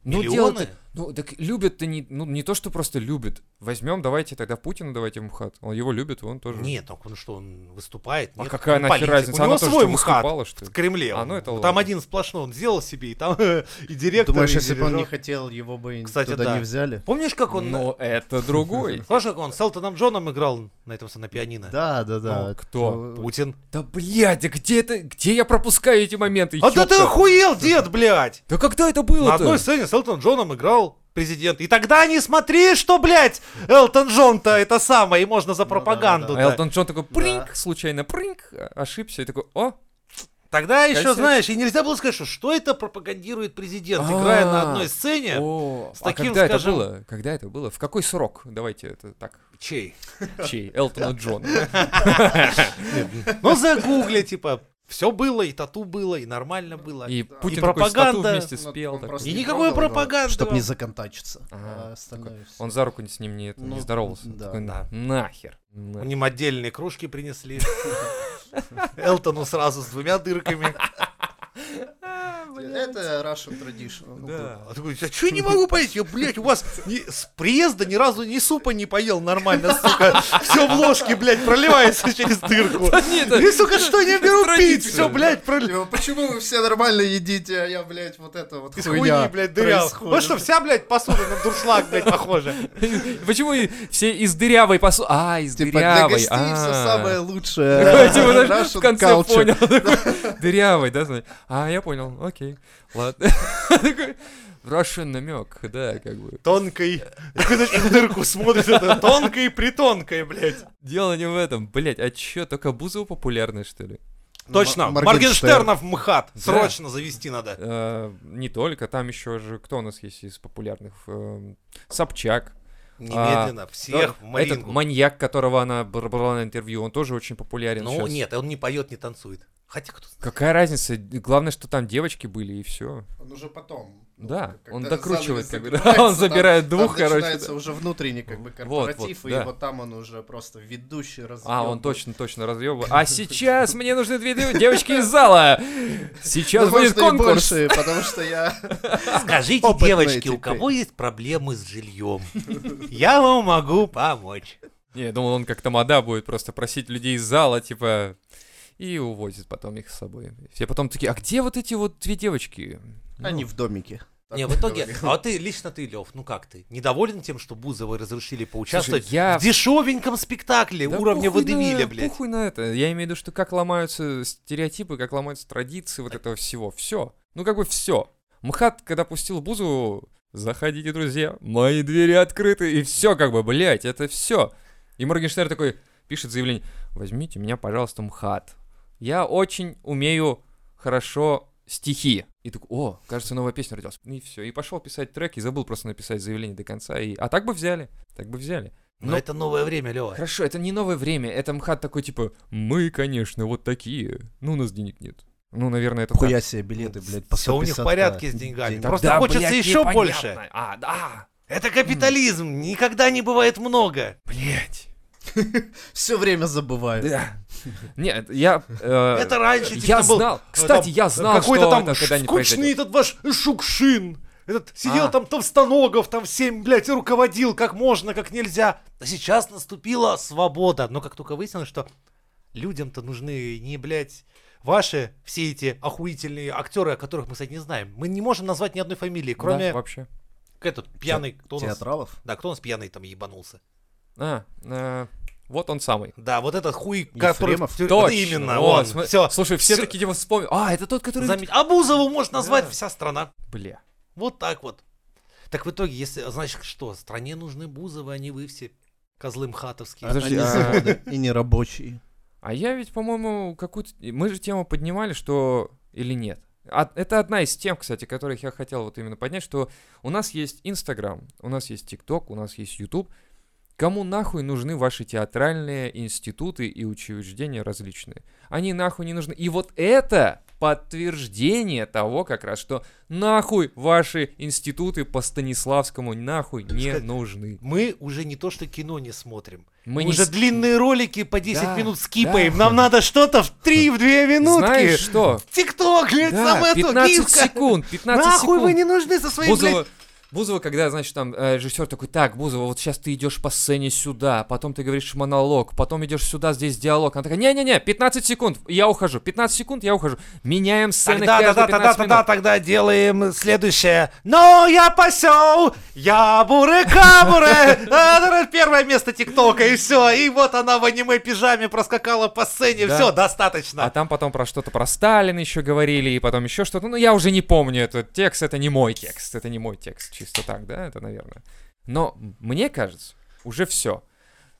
A: Ну,
C: Миллионы.
A: дело-то- ну, так любят-то не, ну, не то, что просто любят. Возьмем, давайте тогда Путина, давайте в МХАТ. Он его любит, и он тоже.
C: Нет, так он что, он выступает?
A: а
C: Нет,
A: какая
C: он
A: нахер
C: политик.
A: разница?
C: У него
A: Она тоже
C: свой
A: что,
C: МХАТ
A: выступала, что
C: в
A: ли?
C: Кремле.
A: А, ну это
C: Там
A: ладно.
C: один сплошной он сделал себе, и там и директор,
E: Думаешь,
C: и
E: если бы он не
C: дирижер.
E: хотел, его бы
C: Кстати,
E: туда
C: да.
E: не взяли?
C: Помнишь, как он... э,
A: Но это другой.
C: Слышишь, как он с Элтоном Джоном играл на этом на пианино?
E: Да, да, да.
A: Ну, кто?
E: Это-
C: Путин.
A: Да блядь, а где это, где я пропускаю эти моменты?
C: А да ты
A: ёпта?
C: охуел, дед, блядь!
A: Да когда Ну это
C: На
A: было-то?
C: одной сцене с Элтон Джоном играл президент. И тогда не смотри, что, блядь, Элтон Джон-то это самое, и можно
E: да, да,
C: за
E: да.
C: пропаганду.
A: А
C: да.
A: Элтон Джон такой прынк, случайно прынк, а- ошибся и такой, о,
C: Тогда еще,
A: Косяк.
C: знаешь, и нельзя было сказать, что, что это пропагандирует президент, играя на
A: А.
C: одной сцене.
A: о,
C: с
A: а
C: таким,
A: когда это
C: скажем-
A: было? Когда это было? В какой срок? Давайте это так,
C: Чей?
A: чей? Элтона Джона.
C: Ну, загугли, типа, все было, и тату было, и нормально было.
A: И Путин такой с тату
C: пропаганда.
A: вместе
B: Ну,
A: спел.
B: он
A: такой.
B: просто
C: И
B: не
C: никакой
B: трогал его,
C: пропаганды.
E: Чтоб
C: вам.
E: не законтачиться.
A: Ага,
E: А остальное всё.
A: Он за руку с ним не, это, не
E: Ну,
A: здоровался.
E: да.
A: Такой,
C: Да.
A: Нахер. нахер».
C: Им отдельные кружки принесли. Элтону сразу с двумя дырками.
E: Это Russian Tradition. Ну,
C: А такой, а что я не могу поесть? Я, блядь, у вас ни- с приезда ни разу ни супа не поел нормально, сука. Все в ложке, блядь, проливается через дырку.
A: нет,
C: И, сука, что я беру пить?
A: традиция.
C: Все, блядь, проли-
E: Лё, Типа, Почему вы все нормально едите, а я, блядь, вот это вот
A: Типа,
C: Из
E: хуйня
C: хуйни, блядь, дырял.
E: происходит?
C: Вот что, вся, блядь, посуда на дуршлаг, блядь, похожа.
A: Почему и все из дырявой посуды? А, из
E: Типа для
A: дырявой.
E: гостей все
A: а.
E: самое лучшее.
A: Типа, знаешь,
E: Russian
A: в конце
E: culture.
A: понял. такой, Дырявый, да? знаешь? А, я понял, окей. Ладно. Такой, Russian намек, да, как бы.
C: Тонкой. Такой, знаешь, и в дырку смотрит. это Тонкой при тонкой, блядь.
A: Дело не в этом, блядь, а чё, только Бузова популярная, что ли?
C: Точно,
E: Моргенштерн.
C: Моргенштернов МХАТ.
A: Да.
C: Срочно завести надо.
A: Э, Не только, там еще же, кто у нас есть из популярных? Эм, Собчак.
C: Немедленно всех в
A: Этот
C: Маринку.
A: маньяк, которого она бр- брала на интервью, он тоже очень популярен
C: Ну
A: щас.
C: нет, он не поет, не танцует. Хотя кто знает.
A: Какая разница? Главное, что там девочки были, и все.
B: Он уже потом. ну,
A: Да,
B: когда
A: он
B: занавес
A: докручивает, как бы, да,
B: закрывается,
A: он забирает
B: там
A: двух, короче,
B: начинается
A: да.
B: уже внутренний как бы
A: вот,
B: корпоратив, и
A: да.
B: вот там он уже просто ведущий разъем.
A: А, он точно, точно разъебал. А сейчас мне нужны две дев- девочки из зала.
E: Ну,
A: Сейчас будет конкурс.
B: потому что я...
C: Скажите,
B: Опытные
C: девочки, у
B: теперь.
C: кого есть проблемы с жильем? Я вам могу помочь.
A: Не, я думал, он как тамада будет просто просить людей из зала, типа, и увозит потом их с собой. Все потом такие, а где вот эти вот две девочки? Ну,
E: Они в домике.
C: Не, в итоге, а вот ты, лично ты, Лев, ну как ты, недоволен тем, что Бузовы разрешили поучаствовать
A: Слушай, я-
C: в дешевеньком спектакле
A: Да
C: уровня
A: похуй
C: выдавили,
A: на-
C: блядь?
A: Похуй на это. Я имею в виду, что как ломаются стереотипы, как ломаются традиции вот этого всего. Все. Ну, как бы все. Мхат, когда пустил Бузу, заходите, друзья, мои двери открыты, и все, как бы, блядь, это все. И Моргенштерн такой пишет заявление, возьмите меня, пожалуйста, Мхат. Я очень умею хорошо стихи. И такой, о, кажется, новая песня родилась. И все, и пошел писать трек, и забыл просто написать заявление до конца. И... А так бы взяли, так бы взяли.
C: Но
A: Ну-
C: это новое время, Лева.
A: Хорошо, это не новое время, это МХАТ такой, типа, мы, конечно, вот такие, ну у нас денег нет. Ну, наверное, это
E: Хуя себе билеты, блядь, по
C: Все у них в
E: 150
C: порядке с
E: тысяч.
C: деньгами.
E: Тогда,
C: Просто хочется еще больше.
A: А, да,
C: Это капитализм. Никогда не бывает много.
A: блять.
E: Все время забываю.
A: Да. Нет, я... э,
C: Это раньше типа,
A: Я
C: там был,
A: знал,
C: э,
A: кстати,
C: там,
A: я знал, что
C: Какой-то там
A: это когда-нибудь
C: скучный
A: произойдет.
C: этот ваш Шукшин. Этот сидел
A: А.
C: там Товстоногов, там всем, блядь, и руководил как можно, как нельзя. А сейчас наступила свобода. Но как только выяснилось, что людям-то нужны не, блядь, ваши все эти охуительные актеры, о которых мы, кстати, не знаем. Мы не можем назвать ни одной фамилии,
A: Да,
C: кроме
A: вообще.
C: как этот пьяный, кто у нас...
E: Театралов?
C: Да, кто у нас пьяный там ебанулся?
A: А, э, вот он самый.
C: Да, вот этот хуй, который...
E: Ефремов?
C: Вот
A: Точно.
C: Именно,
A: вот,
C: он.
A: см-
C: Все.
A: Слушай, все
C: Всё.
A: такие его вспомнили. А, это тот, который...
C: Заметь, Абузову может назвать вся страна.
A: Бля.
C: Вот так вот. Так в итоге, если, а значит, что, стране нужны Бузовы, а не вы все козлы мхатовские.
A: Подожди,
E: Они
A: а-
E: заводы и нерабочие.
A: А я ведь, по-моему, какую-то... и Мы же тему поднимали, что... Или нет? А- это одна из тем, кстати, которых я хотел вот именно поднять, что у нас есть Инстаграм, у нас есть ТикТок, у нас есть Ютуб. Кому нахуй нужны ваши театральные институты и учреждения различные? Они нахуй не нужны. И вот это подтверждение того как раз, что нахуй ваши институты по Станиславскому нахуй не
C: Кстати,
A: нужны.
C: Мы уже не то, что кино не смотрим.
A: Мы
C: Мы
A: не
C: уже
A: с-
C: длинные ролики по 10
A: Да,
C: минут
A: да.
C: скипаем. Нам надо что-то в 3-2 минутки.
A: Знаешь что?
C: Тикток, блядь,
A: Да,
C: сам эту,
A: 15
C: гифка.
A: секунд, 15
C: Нахуй
A: секунд.
C: вы не нужны со своим,
A: Бузова,
C: блядь.
A: Бузова, когда, значит, там э, режиссер такой, так, Бузова, вот сейчас ты идешь по сцене сюда, потом ты говоришь монолог, потом идешь сюда, здесь диалог. Она такая, не-не-не, 15 секунд, я ухожу, 15 секунд, я ухожу. Меняем сцены
C: Тогда,
A: каждые
C: тогда, тогда,
A: 15
C: тогда,
A: минут.
C: тогда делаем следующее. Но я посел, я буры-кабуры. А, Первое место ТикТока, и все. И вот она в аниме-пижаме проскакала по сцене.
A: Да.
C: Все, достаточно.
A: А там потом про что-то про Сталина еще говорили, и потом еще что-то. Ну, я уже не помню этот текст, это не мой текст, это не мой текст, чисто так, да, это, наверное. Но мне кажется, уже все.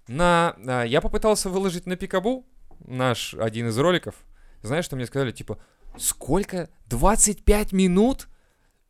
A: На, а, я попытался выложить на Пикабу наш один из роликов. Знаешь, что мне сказали? Типа, сколько? 25 минут?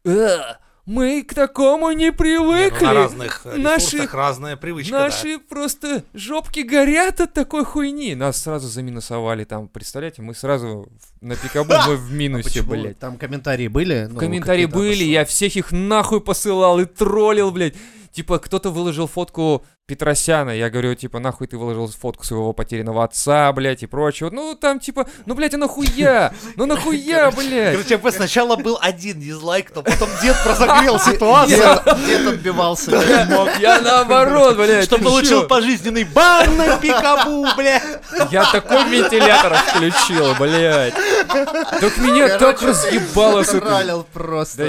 A: Э, мы к такому не привыкли.
C: ну, на разных э,
A: Наши-
C: ресурсах разная привычка.
A: Наши просто жопки горят от такой хуйни. Нас сразу заминусовали там, представляете? Мы сразу в- на пикабу, мы в минусе,
E: А Почему?
A: блядь.
E: Там комментарии были? Ну,
A: Комментарии
E: какие-то
A: были,
E: обоснованные.
A: я всех их нахуй посылал и троллил, блядь. Типа, кто-то выложил фотку Петросяна, я говорю, типа, нахуй ты выложил фотку своего потерянного отца, блядь, и прочего. Ну, там, типа, ну, блядь, а нахуя? Ну, нахуя,
C: да.
A: блядь?
C: РЧП сначала был один дизлайк, но потом дед прозагрел ситуацию,
E: Дед, дед отбивался. как мог.
A: Я наоборот, блядь.
C: что
A: ты
C: получил
A: чё?
C: пожизненный бан на пикабу, бля.
A: Я такой вентилятор включил, блядь. Так меня так разъебало, сука.
E: Тралил просто.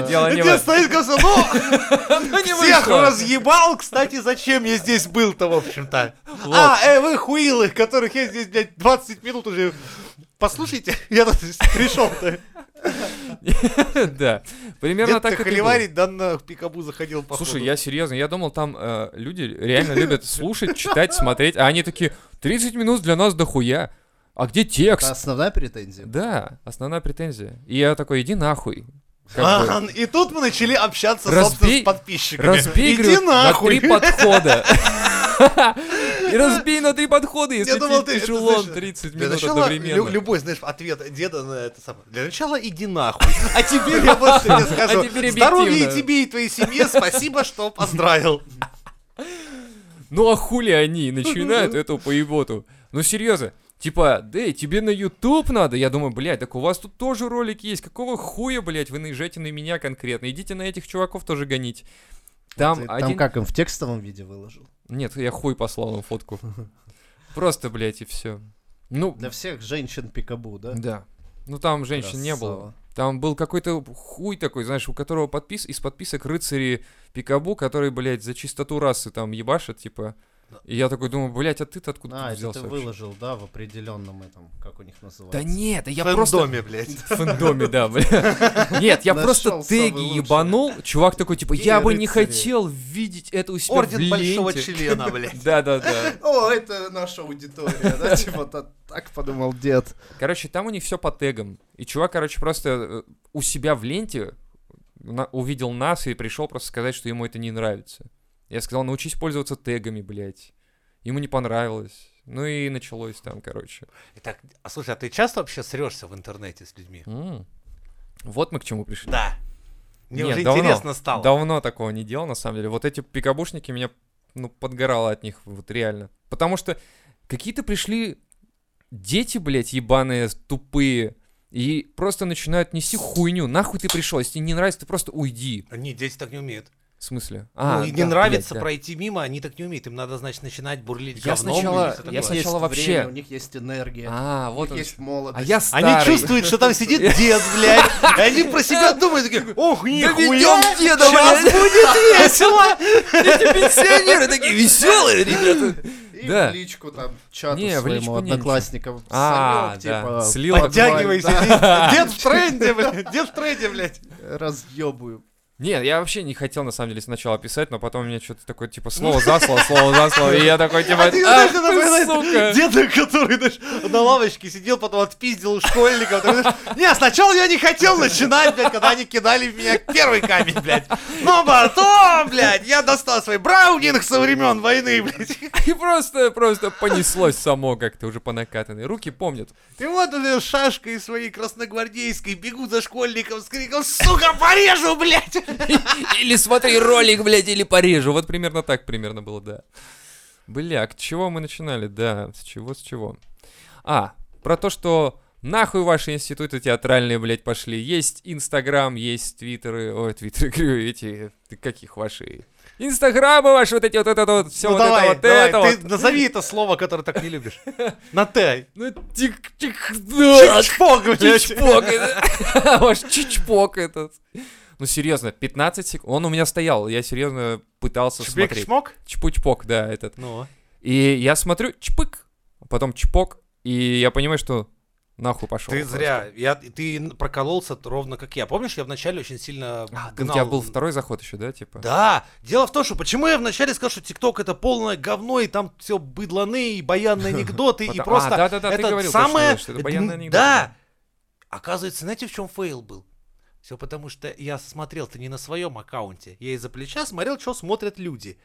A: Да дело не в
C: Дед
A: этом.
C: стоит, говорит, ну,
A: Ну, не
C: Всех
A: вышло.
C: разъебал, кстати, зачем я здесь был-то, в общем-то. А, э, вы хуилы, которых я здесь, блядь, 20 минут уже... Послушайте, я тут пришел-то.
A: Да. Примерно
C: Дед-то
A: так и было.
C: холиварить, да на пикабу заходил, походу.
A: Слушай, я серьезно, я думал, там э, люди реально любят слушать, читать, смотреть, а они такие, 30 минут для нас дохуя. А где
E: Это
A: текст?
E: основная претензия.
A: Да, основная претензия. И я такой, иди нахуй. Как бы,
C: Ага, А, И тут мы начали общаться,
A: Разбей-
C: собственно, с подписчиками.
A: Разбей,
C: Иди
A: говорю, на
C: нахуй.
A: три подхода. И разбей на три подхода, если
C: Я думал, ты
A: ты
C: это,
A: чулон
C: знаешь,
A: 30
C: Для
A: минут
C: начала, лю-
A: одновременно.
C: любой, знаешь, ответ деда на это самое. Для начала иди нахуй. А теперь я вот тебе скажу.
A: А теперь
C: Здоровья и
A: объективно.
C: тебе, и твоей семье. Спасибо, что поздравил.
A: Ну а хули они начинают эту поеботу? Ну серьезно, типа, да и тебе на YouTube надо. Я думаю, блядь, так у вас тут тоже ролик есть. Какого хуя, блядь, вы наезжаете на меня конкретно? Идите на этих чуваков тоже гонить. Там
E: Ты
A: один...
E: Там как им в текстовом виде выложил?
A: Нет, я хуй послал им фотку. Просто, блядь, и все. Ну,
E: Для всех женщин пикабу, да?
A: да. Ну там женщин не было.
E: Красава.
A: Там был какой-то хуй такой, знаешь, у которого подпис... из подписок рыцари Пикабу, который, блядь, за чистоту расы там ебашит, типа. И я такой думаю, блядь, а ты-то откуда
E: А,
A: тут
E: это
A: взялся
E: ты
A: вообще?»
E: выложил, да, в определенном этом, как у них называется.
A: Да нет, да я
C: в
A: просто...
C: доме, блядь.
A: В фэндоме, да, бля. Нет, я просто
E: Нашёл самый
A: теги
E: лучший.
A: ебанул. Чувак такой, типа, я бы не
E: рыцари.
A: хотел видеть это у себя в
C: Орден большого
A: ленте.
C: члена, блядь.
A: Да, да, да.
E: О, это наша аудитория, да? Типа та- так подумал дед.
A: Короче, там у них все по тегам. И чувак, короче, просто э, у себя в ленте на- увидел нас и пришел просто сказать, что ему это не нравится. Я сказал, научись пользоваться тегами, блядь. Ему не понравилось. Ну и началось там, короче.
C: Итак, а слушай, а ты часто вообще срешься в интернете с людьми?
A: М. Вот мы к чему пришли.
C: Да. Мне
A: Нет,
C: уже
A: давно,
C: интересно стало.
A: Давно такого не делал, на самом деле. Вот эти пикабушники меня, ну, подгорало от них, вот реально. Потому что какие-то пришли дети, блядь, ебаные, тупые, и просто начинают нести хуйню. Нахуй ты пришел? Если тебе не нравится, ты просто уйди.
C: Не, дети так не умеют.
A: В смысле? А,
C: ну, и не
A: да,
C: нравится
A: блядь, да.
C: пройти мимо, они так не умеют. Им надо, значит, начинать бурлить
A: Я
C: говном.
A: сначала-
C: или всё такое.
A: я сначала
E: Есть
A: вообще-
E: время, У них есть энергия.
A: А,
E: у
A: вот
E: них
A: он.
E: есть
A: А
E: молодость.
A: я
C: Они
A: старый.
C: чувствуют, что там сидит дед, блядь. И они про себя думают, такие, ох, нихуя,
A: ведём деда,
C: сейчас
A: блядь».
C: будет весело.
A: Эти пенсионеры такие веселые, ребята.
E: И
A: да.
E: в личку там чату
A: Не, в личку
E: своему
A: не
E: одноклассникам.
A: А,
E: «Санёк,
A: да.
E: типа,
A: Слил
C: Подтягивайся, дед в тренде, блядь, дед в тренде, блядь.
E: разъебаю.
A: Нет, я вообще не хотел на самом деле сначала писать, но потом у меня что-то такое, типа, слово за слово, слово за слово, и я такой, типа,
C: А
A: ах
C: ты, знаешь, это
A: ты,
C: напоминает
A: сука.
C: Деда, который, знаешь, на лавочке сидел, потом отпиздил школьников. Такой, знаешь, Не, сначала я не хотел начинать, блядь, когда они кидали в меня первый камень, блядь. Но потом, блядь, я достал свой браунинг со времен войны, блядь.
A: И просто, просто понеслось само как-то уже по накатанной. Руки помнят.
C: И вот он с шашкой своей красногвардейской бегу за школьником с криком «Сука, порежу, блядь!»
A: Или смотри ролик, блядь, или порежу. Вот примерно так примерно было, да. Бля, к чего мы начинали? Да, с чего, с чего? А, про то, что нахуй ваши институты театральные, блядь, пошли. Есть Инстаграм, есть Твиттеры. Ой, Твиттеры, говорю, эти, ты каких ваши? Инстаграмы ваши, вот эти вот это вот, все
C: Ну
A: вот это
C: давай,
A: вот
C: давай,
A: это
C: ты
A: вот.
C: назови это слово, которое так не любишь. На «Т».
A: Ну, тик тик да,
C: Чпок, блядь.
A: Чичпок. это. Ваш чичпок этот. Ну, серьезно, 15 секунд. Он у меня стоял, я серьезно пытался
C: Чпик,
A: смотреть.
C: чмок?
A: Чпучпок, да, этот.
C: Ну.
A: И я смотрю, чпык, потом чпок, и я понимаю, что нахуй пошел.
C: Ты зря. Я, ты н- прокололся т- ровно как я. Помнишь, я вначале очень сильно
A: А, У
C: гнал-
A: тебя был второй заход еще, да, типа?
C: Да. Дело в том, что почему я вначале сказал, что ТикТок это полное говно, и там все быдланы, и баянные анекдоты, и
A: Потом-
C: просто...
A: А, да-да-да, ты
C: это
A: говорил,
C: самое...
A: точно, что это баянные
C: Н-
A: анекдоты.
C: Да. Оказывается, знаете, в чем фейл был? Все потому, что я смотрел-то не на своем аккаунте. Я из-за плеча смотрел, что смотрят люди.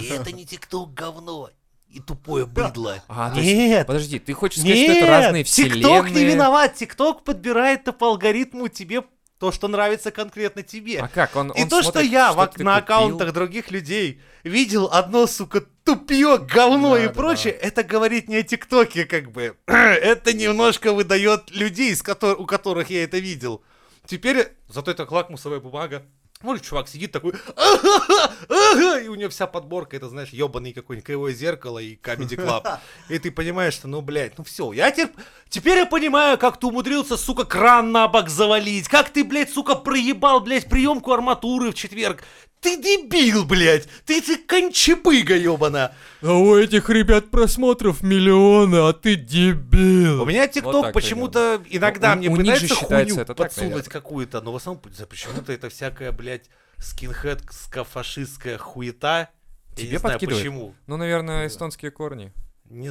C: И это не ТикТок говно. И тупое быдло.
A: А, то есть-
C: Нет,
A: Подожди, ты хочешь сказать, что это разные вселенные?
C: ТикТок не виноват, ТикТок подбирает-то по алгоритму тебе то, что нравится конкретно тебе.
A: А как? Он,
C: И
A: он
C: то, что
A: смотрит,
C: я в-
A: ты
C: на
A: купил?
C: аккаунтах других людей видел одно, сука, тупье, говно
E: Да,
C: и
E: да,
C: прочее, это говорит не о ТикТоке, как бы. это немножко выдает людей, с котор- у которых я это видел. Теперь, зато это лакмусовая бумага. Может, чувак сидит такой, «Ага, ага», и у него вся подборка, это, знаешь, ебаный какой-нибудь кривое зеркало и Comedy Club. И ты понимаешь, что, ну, блядь, ну все, я теперь, теперь я понимаю, как ты умудрился, сука, кран на бок завалить, как ты, блядь, сука, проебал, блядь, приемку арматуры в четверг. Ты дебил, блядь, ты, ты кончебыга, ебана.
A: А у этих ребят просмотров миллионы, а ты дебил.
C: У меня ТикТок
A: Вот так Ну,
C: почему-то иногда
A: У-
C: мне
A: у них же
C: пытается
A: считается
C: хуйню
A: это так,
C: подсунуть
A: наверное.
C: какую-то, но в основном за- почему-то это всякая, блядь, скинхедская фашистская хуета. Я
A: Тебе
C: не знаю,
A: подкидывают?
C: почему.
A: Ну, наверное, эстонские корни.
C: Не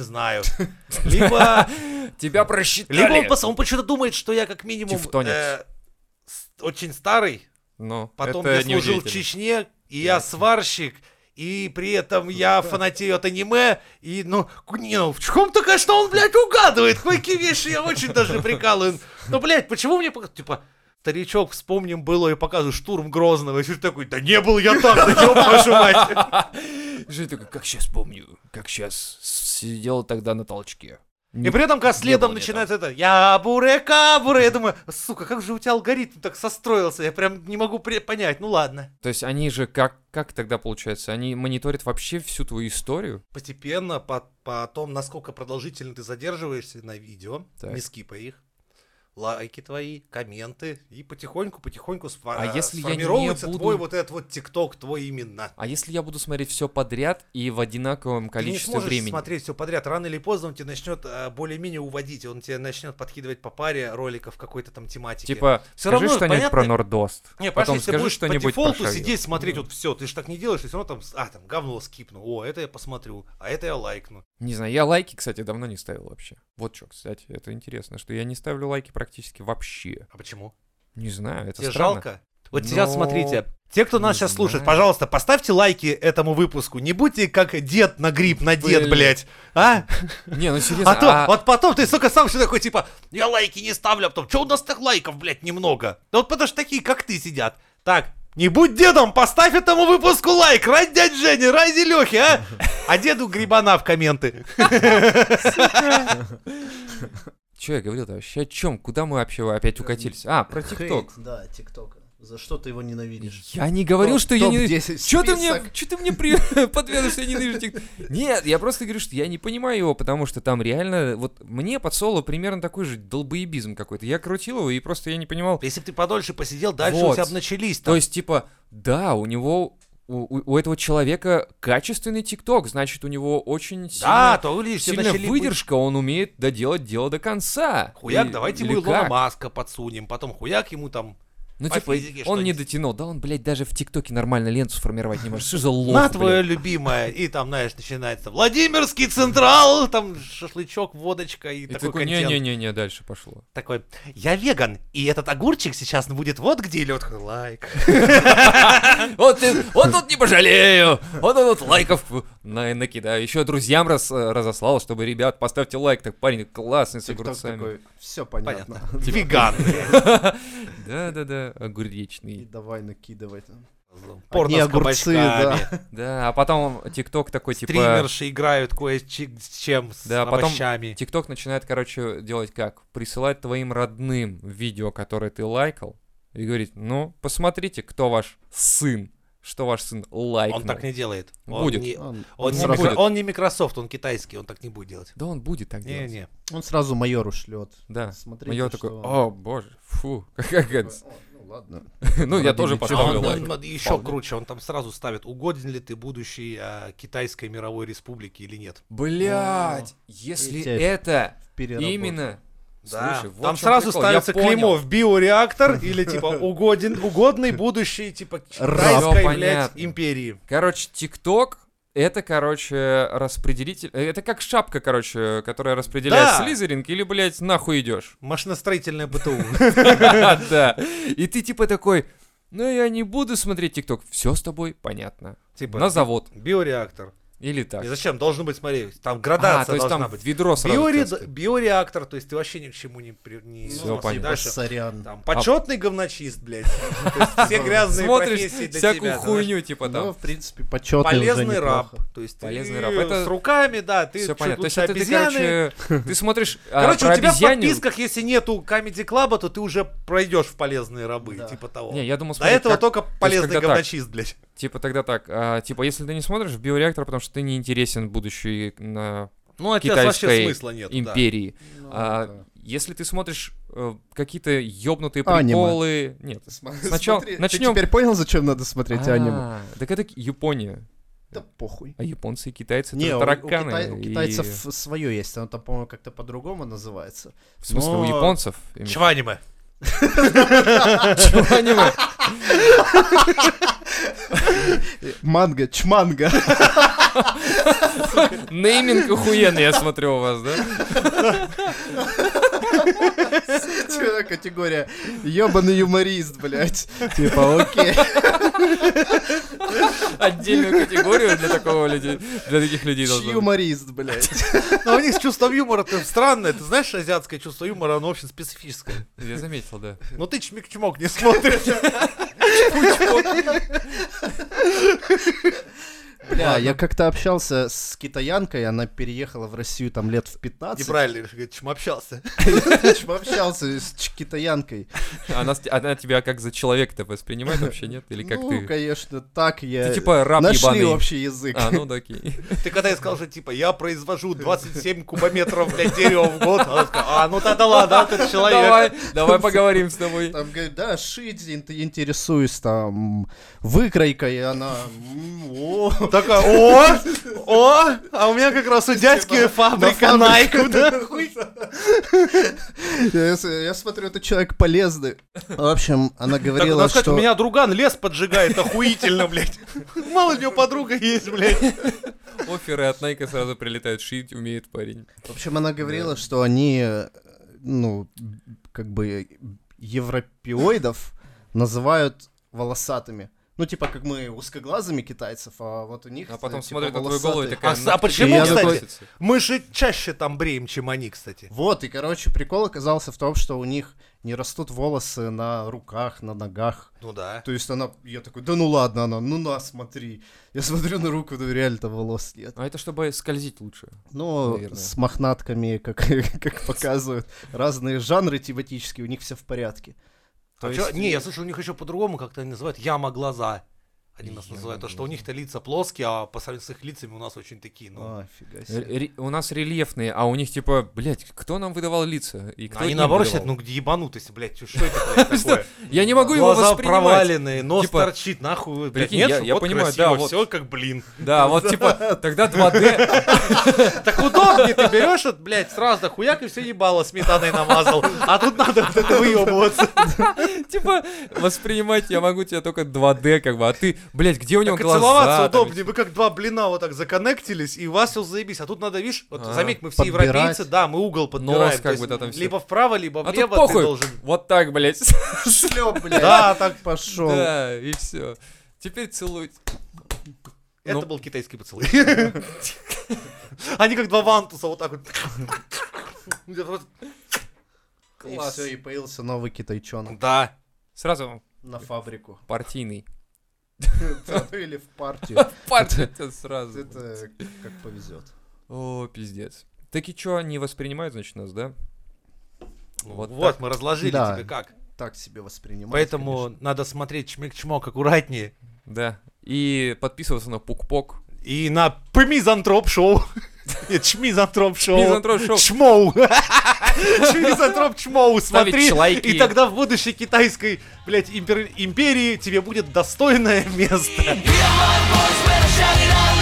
C: знаю. Либо,
A: Тебя просчитали.
C: либо он, пос- он почему-то думает, что я как минимум
A: Тевтонец.
C: э, с- очень старый,
A: Ну,
C: потом
A: это
C: я служил в
A: неудивительно.
C: Чечне, и я сварщик, и при этом я фанатею от аниме, и, ну, к- не, ну, в чем-то, конечно, он, блядь, угадывает, кое-какие вещи я очень даже прикалываю. Но, блядь, почему мне, пока- типа, старичок, вспомним, было и показывают штурм Грозного, и ты такой, да не был я так, да ёб вашу мать.
A: Жень такой, как сейчас помню, как сейчас сидел тогда на толчке.
C: И при этом, когда следом
A: было ни
C: начинается это, я буре-кабуре, я думаю, сука, как же у тебя алгоритм так состроился, я прям не могу при- понять, ну ладно.
A: То есть они же как, как тогда получается? Они мониторят вообще всю твою историю?
C: постепенно по, по том, насколько продолжительно ты задерживаешься на видео,
A: Так.
C: не скипай их, лайки твои, комменты, и потихоньку-потихоньку сфо-
A: А если я не
C: сформируется
A: буду-
C: твой вот этот вот тикток, твой именно.
A: А если я буду смотреть все подряд и в одинаковом
C: ты не
A: количестве
C: сможешь
A: времени?
C: смотреть все подряд. Рано или поздно он тебя начнет э, более-менее уводить. Он тебе начнет подкидывать по паре роликов какой-то там тематики.
A: Типа, скажи
C: Всё равно,
A: что-нибудь про
C: понятно-
A: Нордост.
C: Не,
A: потом
C: Паша, если
A: скажи
C: будешь по
A: что-нибудь
C: дефолту
A: про Шавью.
C: сидеть, смотреть вот все, ты же так не делаешь, и все равно там, с- а, там говно скипну, о, это я посмотрю, а это я лайкну.
A: Не знаю, я лайки, кстати, давно не ставил вообще. Вот что, кстати, это интересно, что я не ставлю лайки практически вообще.
C: А почему?
A: Не знаю, это
C: Тебе
A: странно.
C: жалко? Вот сейчас
A: Но-
C: смотрите. Те, кто нас
A: Не
C: сейчас слушает,
A: знаю.
C: пожалуйста, поставьте лайки этому выпуску. Не будьте как дед на гриб на дед,
A: Блин.
C: блядь. А?
A: Не, ну серьезно,
C: А то,
A: а-
C: вот потом ты, сука, сам все такой, типа, я лайки не ставлю, а потом, что у нас так лайков, блядь, немного? Да вот потому что такие, как ты, сидят. Так, не будь дедом, поставь этому выпуску лайк, ради дядь Жени, ради Лехи, а? А деду грибана в комменты.
A: Че я говорил-то вообще? О чем? Куда мы вообще опять укатились? А, про ТикТок.
E: Хейт, Да, ТикТок. За что ты его ненавидишь?
A: Я не говорил,
E: Топ-
A: что я не...
E: топ-10
A: Че ты мне,
E: список.
A: чё ты мне при... подведешь, что я ненавижу TikTok? Нет, я просто говорю, что я не понимаю его, потому что там реально... Вот мне подсоло примерно такой же долбоебизм какой-то. Я крутил его, и просто я не понимал...
C: Если бы ты подольше посидел, дальше у
A: Вот.
C: тебя бы начались
A: То
C: там.
A: есть, типа, да, у него... У, у- у этого человека качественный ТикТок, значит, у него очень
C: Да,
A: сильная,
C: то видишь, тебе
A: сильная
C: начали быть-
A: выдержка, он умеет доделать дело до конца.
C: Хуяк,
A: И-
C: давайте
A: или
C: мы Илона
A: как?
C: Маска подсунем, потом хуяк ему там...
A: Ну,
C: по
A: типа,
C: физике
A: он не
C: что-нибудь.
A: дотянул. Да он, блядь, даже в ТикТоке нормально ленту сформировать не может. Что за лох,
C: на
A: блядь?
C: твое любимое. И там, знаешь, начинается Владимирский Централ, там шашлычок, водочка и,
A: И
C: такой
A: такой,
C: контент.
A: не-не-не, дальше пошло.
C: Такой, я веган, и этот огурчик сейчас будет вот где лед. Лайк.
A: Вот, ты- вот тут не пожалею. Вот тут лайков на, накидаю. Еще друзьям раз, э, разослал, чтобы, ребят, поставьте лайк. Так парень классный с
B: TikTok
A: огурцами.
B: такой, все
C: Понятно.
B: понятно.
A: Типа
C: Веган.
A: Да-да-да,
B: И
A: огуречный.
B: давай накидывать.
C: Порно
E: Одни
C: с
E: огурцы,
C: кабачками.
A: Да, а потом ТикТок такой, типа...
C: Стримерши играют кое с чи- с чем, с
A: Да, потом типа
C: овощами.
A: ТикТок начинает, короче, делать как? Присылать твоим родным видео, которое ты лайкал, и говорит, ну, посмотрите, кто ваш сын, что ваш сын лайкнул.
C: Он так не делает. Он
A: Будет.
C: не-
E: Он,
C: Он
E: он
C: не
E: сразу,
C: микро- он не Microsoft, он китайский, он так не будет делать.
A: Да он будет так делать.
C: Не-не.
E: он сразу майору шлет.
A: Да.
E: Смотрите,
A: А я такой,
E: что-
A: о боже, фу, какая гадость.
E: О, ну ладно.
A: Ну, я
E: Родили
A: тоже
E: чё?
C: А
A: поставлю
C: он,
A: лайк.
C: еще круче, он там сразу ставит, угоден ли ты будущей а, Китайской мировой республике или нет.
A: Блять, если
E: Видите,
A: это
E: переработка.
A: именно... Слушай, вот
C: там
A: в чём
C: сразу
A: прикол,
C: ставится
A: я понял.
C: клеймо в биореактор или типа угоден, угодный будущий типа
A: Всё
C: китайской, блядь,
A: понятно.
C: империи.
A: Короче, ТикТок это, короче, распределитель... э, Это как шапка, короче, которая распределяет
C: Да.
A: слизеринг, или, блядь, нахуй идешь.
C: Машиностроительное БТУ.
A: Да. И ты типа такой, ну я не буду смотреть ТикТок. Все с тобой понятно.
C: Типа
A: На завод.
C: биореактор.
A: Или
C: И
A: так.
C: зачем? Должен быть, смотри, там
A: А,
C: градация
A: то есть
C: должна
A: там
C: быть.
A: ведро сразу.
C: Биори-
A: тестят.
C: Биореактор, то есть ты вообще ни к чему не... при- не-
A: Всё
E: а
C: ну,
A: понятно. А
C: дальше.
E: Сорян.
C: Там почетный говночист, блядь. Ну, То есть Все грязные
A: Смотришь
C: профессии для тебя.
A: всякую
C: знаешь.
A: хуйню, типа
E: Ну,
A: там.
E: в принципе, почетный уже
C: Полезный раб.
E: неплохо.
C: То есть
A: Полезный
C: ты
A: раб. Это-
C: с руками, да, ты
A: Все
C: чуть
A: понятно. То есть
C: лучше
A: это ты,
C: обезьяны.
A: короче, ты смотришь а,
C: Короче,
A: про
C: у тебя в
A: обезьяню.
C: подписках, если нету Comedy Club, то ты уже пройдешь в полезные рабы,
E: Да.
C: типа того.
A: Не, я думал,
C: До
A: смотри,
C: этого
A: как-
C: только полезный
A: когда так.
C: говночист, блядь.
A: Типа тогда так, а, типа если ты не смотришь в биореактор, потому что ты не интересен будущей э, на
C: Ну, от тебя вообще
A: китайской
C: смысла нет.
A: империи.
E: Ну,
A: А,
E: да.
A: если ты смотришь э, какие-то ёбнутые
E: Аниме.
A: приколы... Нет. сначала-
E: Смотри,
A: начнём.
E: Ты теперь понял, зачем надо смотреть аниме?
A: А, Так это Япония.
E: Да похуй.
A: А японцы и китайцы
E: Не,
A: это
E: у, у
A: тараканы.
E: китай- у
A: и-
E: китайцев свое есть, оно там, по-моему, как-то по-другому называется.
A: В смысле, у
E: но-
A: японцев?
C: Да.
A: именно.
C: Чваниме.
A: Чего аниме?
E: Э, Манга, чманга.
A: Нейминг охуенный, я смотрю у вас, да?
E: Типа категория ебаный юморист, блядь. Типа, окей.
A: Отдельную категорию для такого людей, для таких людей
E: Ч-
A: должно быть.
E: Юморист, блядь.
C: Но Ну, у них с чувством юмора то странное. Ты знаешь, азиатское чувство юмора, оно очень специфическое.
A: Я заметил, да.
C: Но ты чмик-чмок не смотришь.
E: Бля, я как-то общался с китаянкой, она переехала в Россию там лет в 15.
C: Неправильно, я же говорю, чем общался.
E: Я общался с ч- китаянкой.
A: Она, с- она тебя как за человека-то воспринимает вообще, нет? Или как
E: ну,
A: ты?
E: конечно, так я...
A: Ты типа раб
E: Нашли
A: ебаный.
E: общий язык.
A: А, ну да, окей.
C: Ты когда я сказал, что типа, я произвожу 27 кубометров для дерева в год, она сказала, а, ну тогда ладно, ты человек.
A: Давай, давай поговорим с тобой.
E: Там говорит, да, шить, ты интересуюсь там выкройкой, и она... м, О,
C: Такая, о, о, а у меня как раз у дядьки фабрика Nike, да?
E: я, с- я смотрю, это человек полезный. В общем, она
C: Так,
E: говорила,
C: надо сказать,
E: что...
C: у меня друган лес поджигает охуительно, блядь. Мало у него подруга есть, блядь.
A: Оферы от Найка сразу прилетают. Шить умеет парень.
E: В общем, она говорила, что они, э, ну, как бы европеоидов называют волосатыми. Ну, типа, как мы узкоглазыми китайцев, а вот у них...
A: А потом
E: типа,
A: смотрит на твою
E: волосатые.
A: голову и такая...
C: А, с- а
A: «Ну,
C: почему,
E: Я
C: кстати?
E: такой-
C: Мы же чаще там бреем, чем они, кстати.
E: Вот, и, короче, прикол оказался в том, что у них не растут волосы на руках, на ногах.
C: Ну да.
E: То есть она, я такой, да ну ладно, она, ну на, смотри. Я смотрю на руку, да реально там волос нет.
A: А это чтобы скользить лучше.
E: Ну,
A: Наверное.
E: с мохнатками, как, как показывают, разные жанры тематические, у них все в порядке.
C: А
E: То
C: чё-
E: есть-
C: Не, я слышал, у них еще по-другому как-то они называют яма глаза. Они нас называют, то что у них-то лица плоские, а по сравнению с их лицами у нас очень такие, ну.
E: А, фига
A: Р-
E: себе.
A: ре- У нас рельефные, а у них типа, блядь, кто нам выдавал лица? И кто
C: Они
A: им
C: наоборот
A: выдавал?
C: сидят, ну где ебанутость, блядь, чё- что это, блядь, такое?
A: Я не могу его
C: Глаза
A: воспринимать.
C: проваленные, нос
A: Типа-
C: торчит, нахуй, вы, блядь,
A: Прикинь,
C: нет,
A: я-
C: вот
A: я понимаю,
C: красиво,
A: да, вот.
C: все как блин.
A: Да, вот типа, тогда 2D.
C: Так удобнее ты берешь, вот, блядь, сразу хуяк и все ебало сметаной намазал, а тут надо вот это выебываться.
A: Типа, воспринимать я могу тебя только 2D, как бы. А ты, блядь, где у него
C: Как и
A: глаза?
C: целоваться
A: там,
C: удобнее, вы как два блина вот так законнектились, и у вас все заебись. А тут надо, видишь, вот
A: А.
C: заметь, мы все
E: Подбирать.
C: европейцы, да, мы угол подбираем.
A: как
C: то есть
A: бы, да, там всё.
C: либо вправо, либо
A: А тут
C: влево ты
A: похуй.
C: должен.
A: Вот так, блядь.
E: Шлеп, блядь.
C: Да, так.
E: пошел.
A: Да, и все. Теперь целуй.
C: Это
A: Ну.
C: был китайский поцелуй. Они как два вантуса вот так вот.
E: И
A: Класс.
E: все, и появился новый китайчонок
C: Да.
A: Сразу
E: на фабрику. Ну,
A: партийный.
E: Или в партию.
A: Партия тебя сразу.
E: Это как повезет.
A: О, пиздец. Так и чё, они воспринимают, значит, нас, да? Вот
C: Ну Вот, мы разложили
E: Да.
C: тебе как.
E: Так себе воспринимать.
C: Поэтому надо смотреть чмик-чмок аккуратнее.
A: Да. И подписываться на Пук-Пок.
C: И на пмизантроп шоу. Нет, чмизантроп шоу.
A: Мизантроп шоу.
C: Чмоу. Чмизантроп чмоу.
A: Ставить
C: Смотри.
A: лайки.
C: И тогда в будущей китайской, блядь, импер- империи тебе будет достойное место.
D: Hear my voice when I shout it out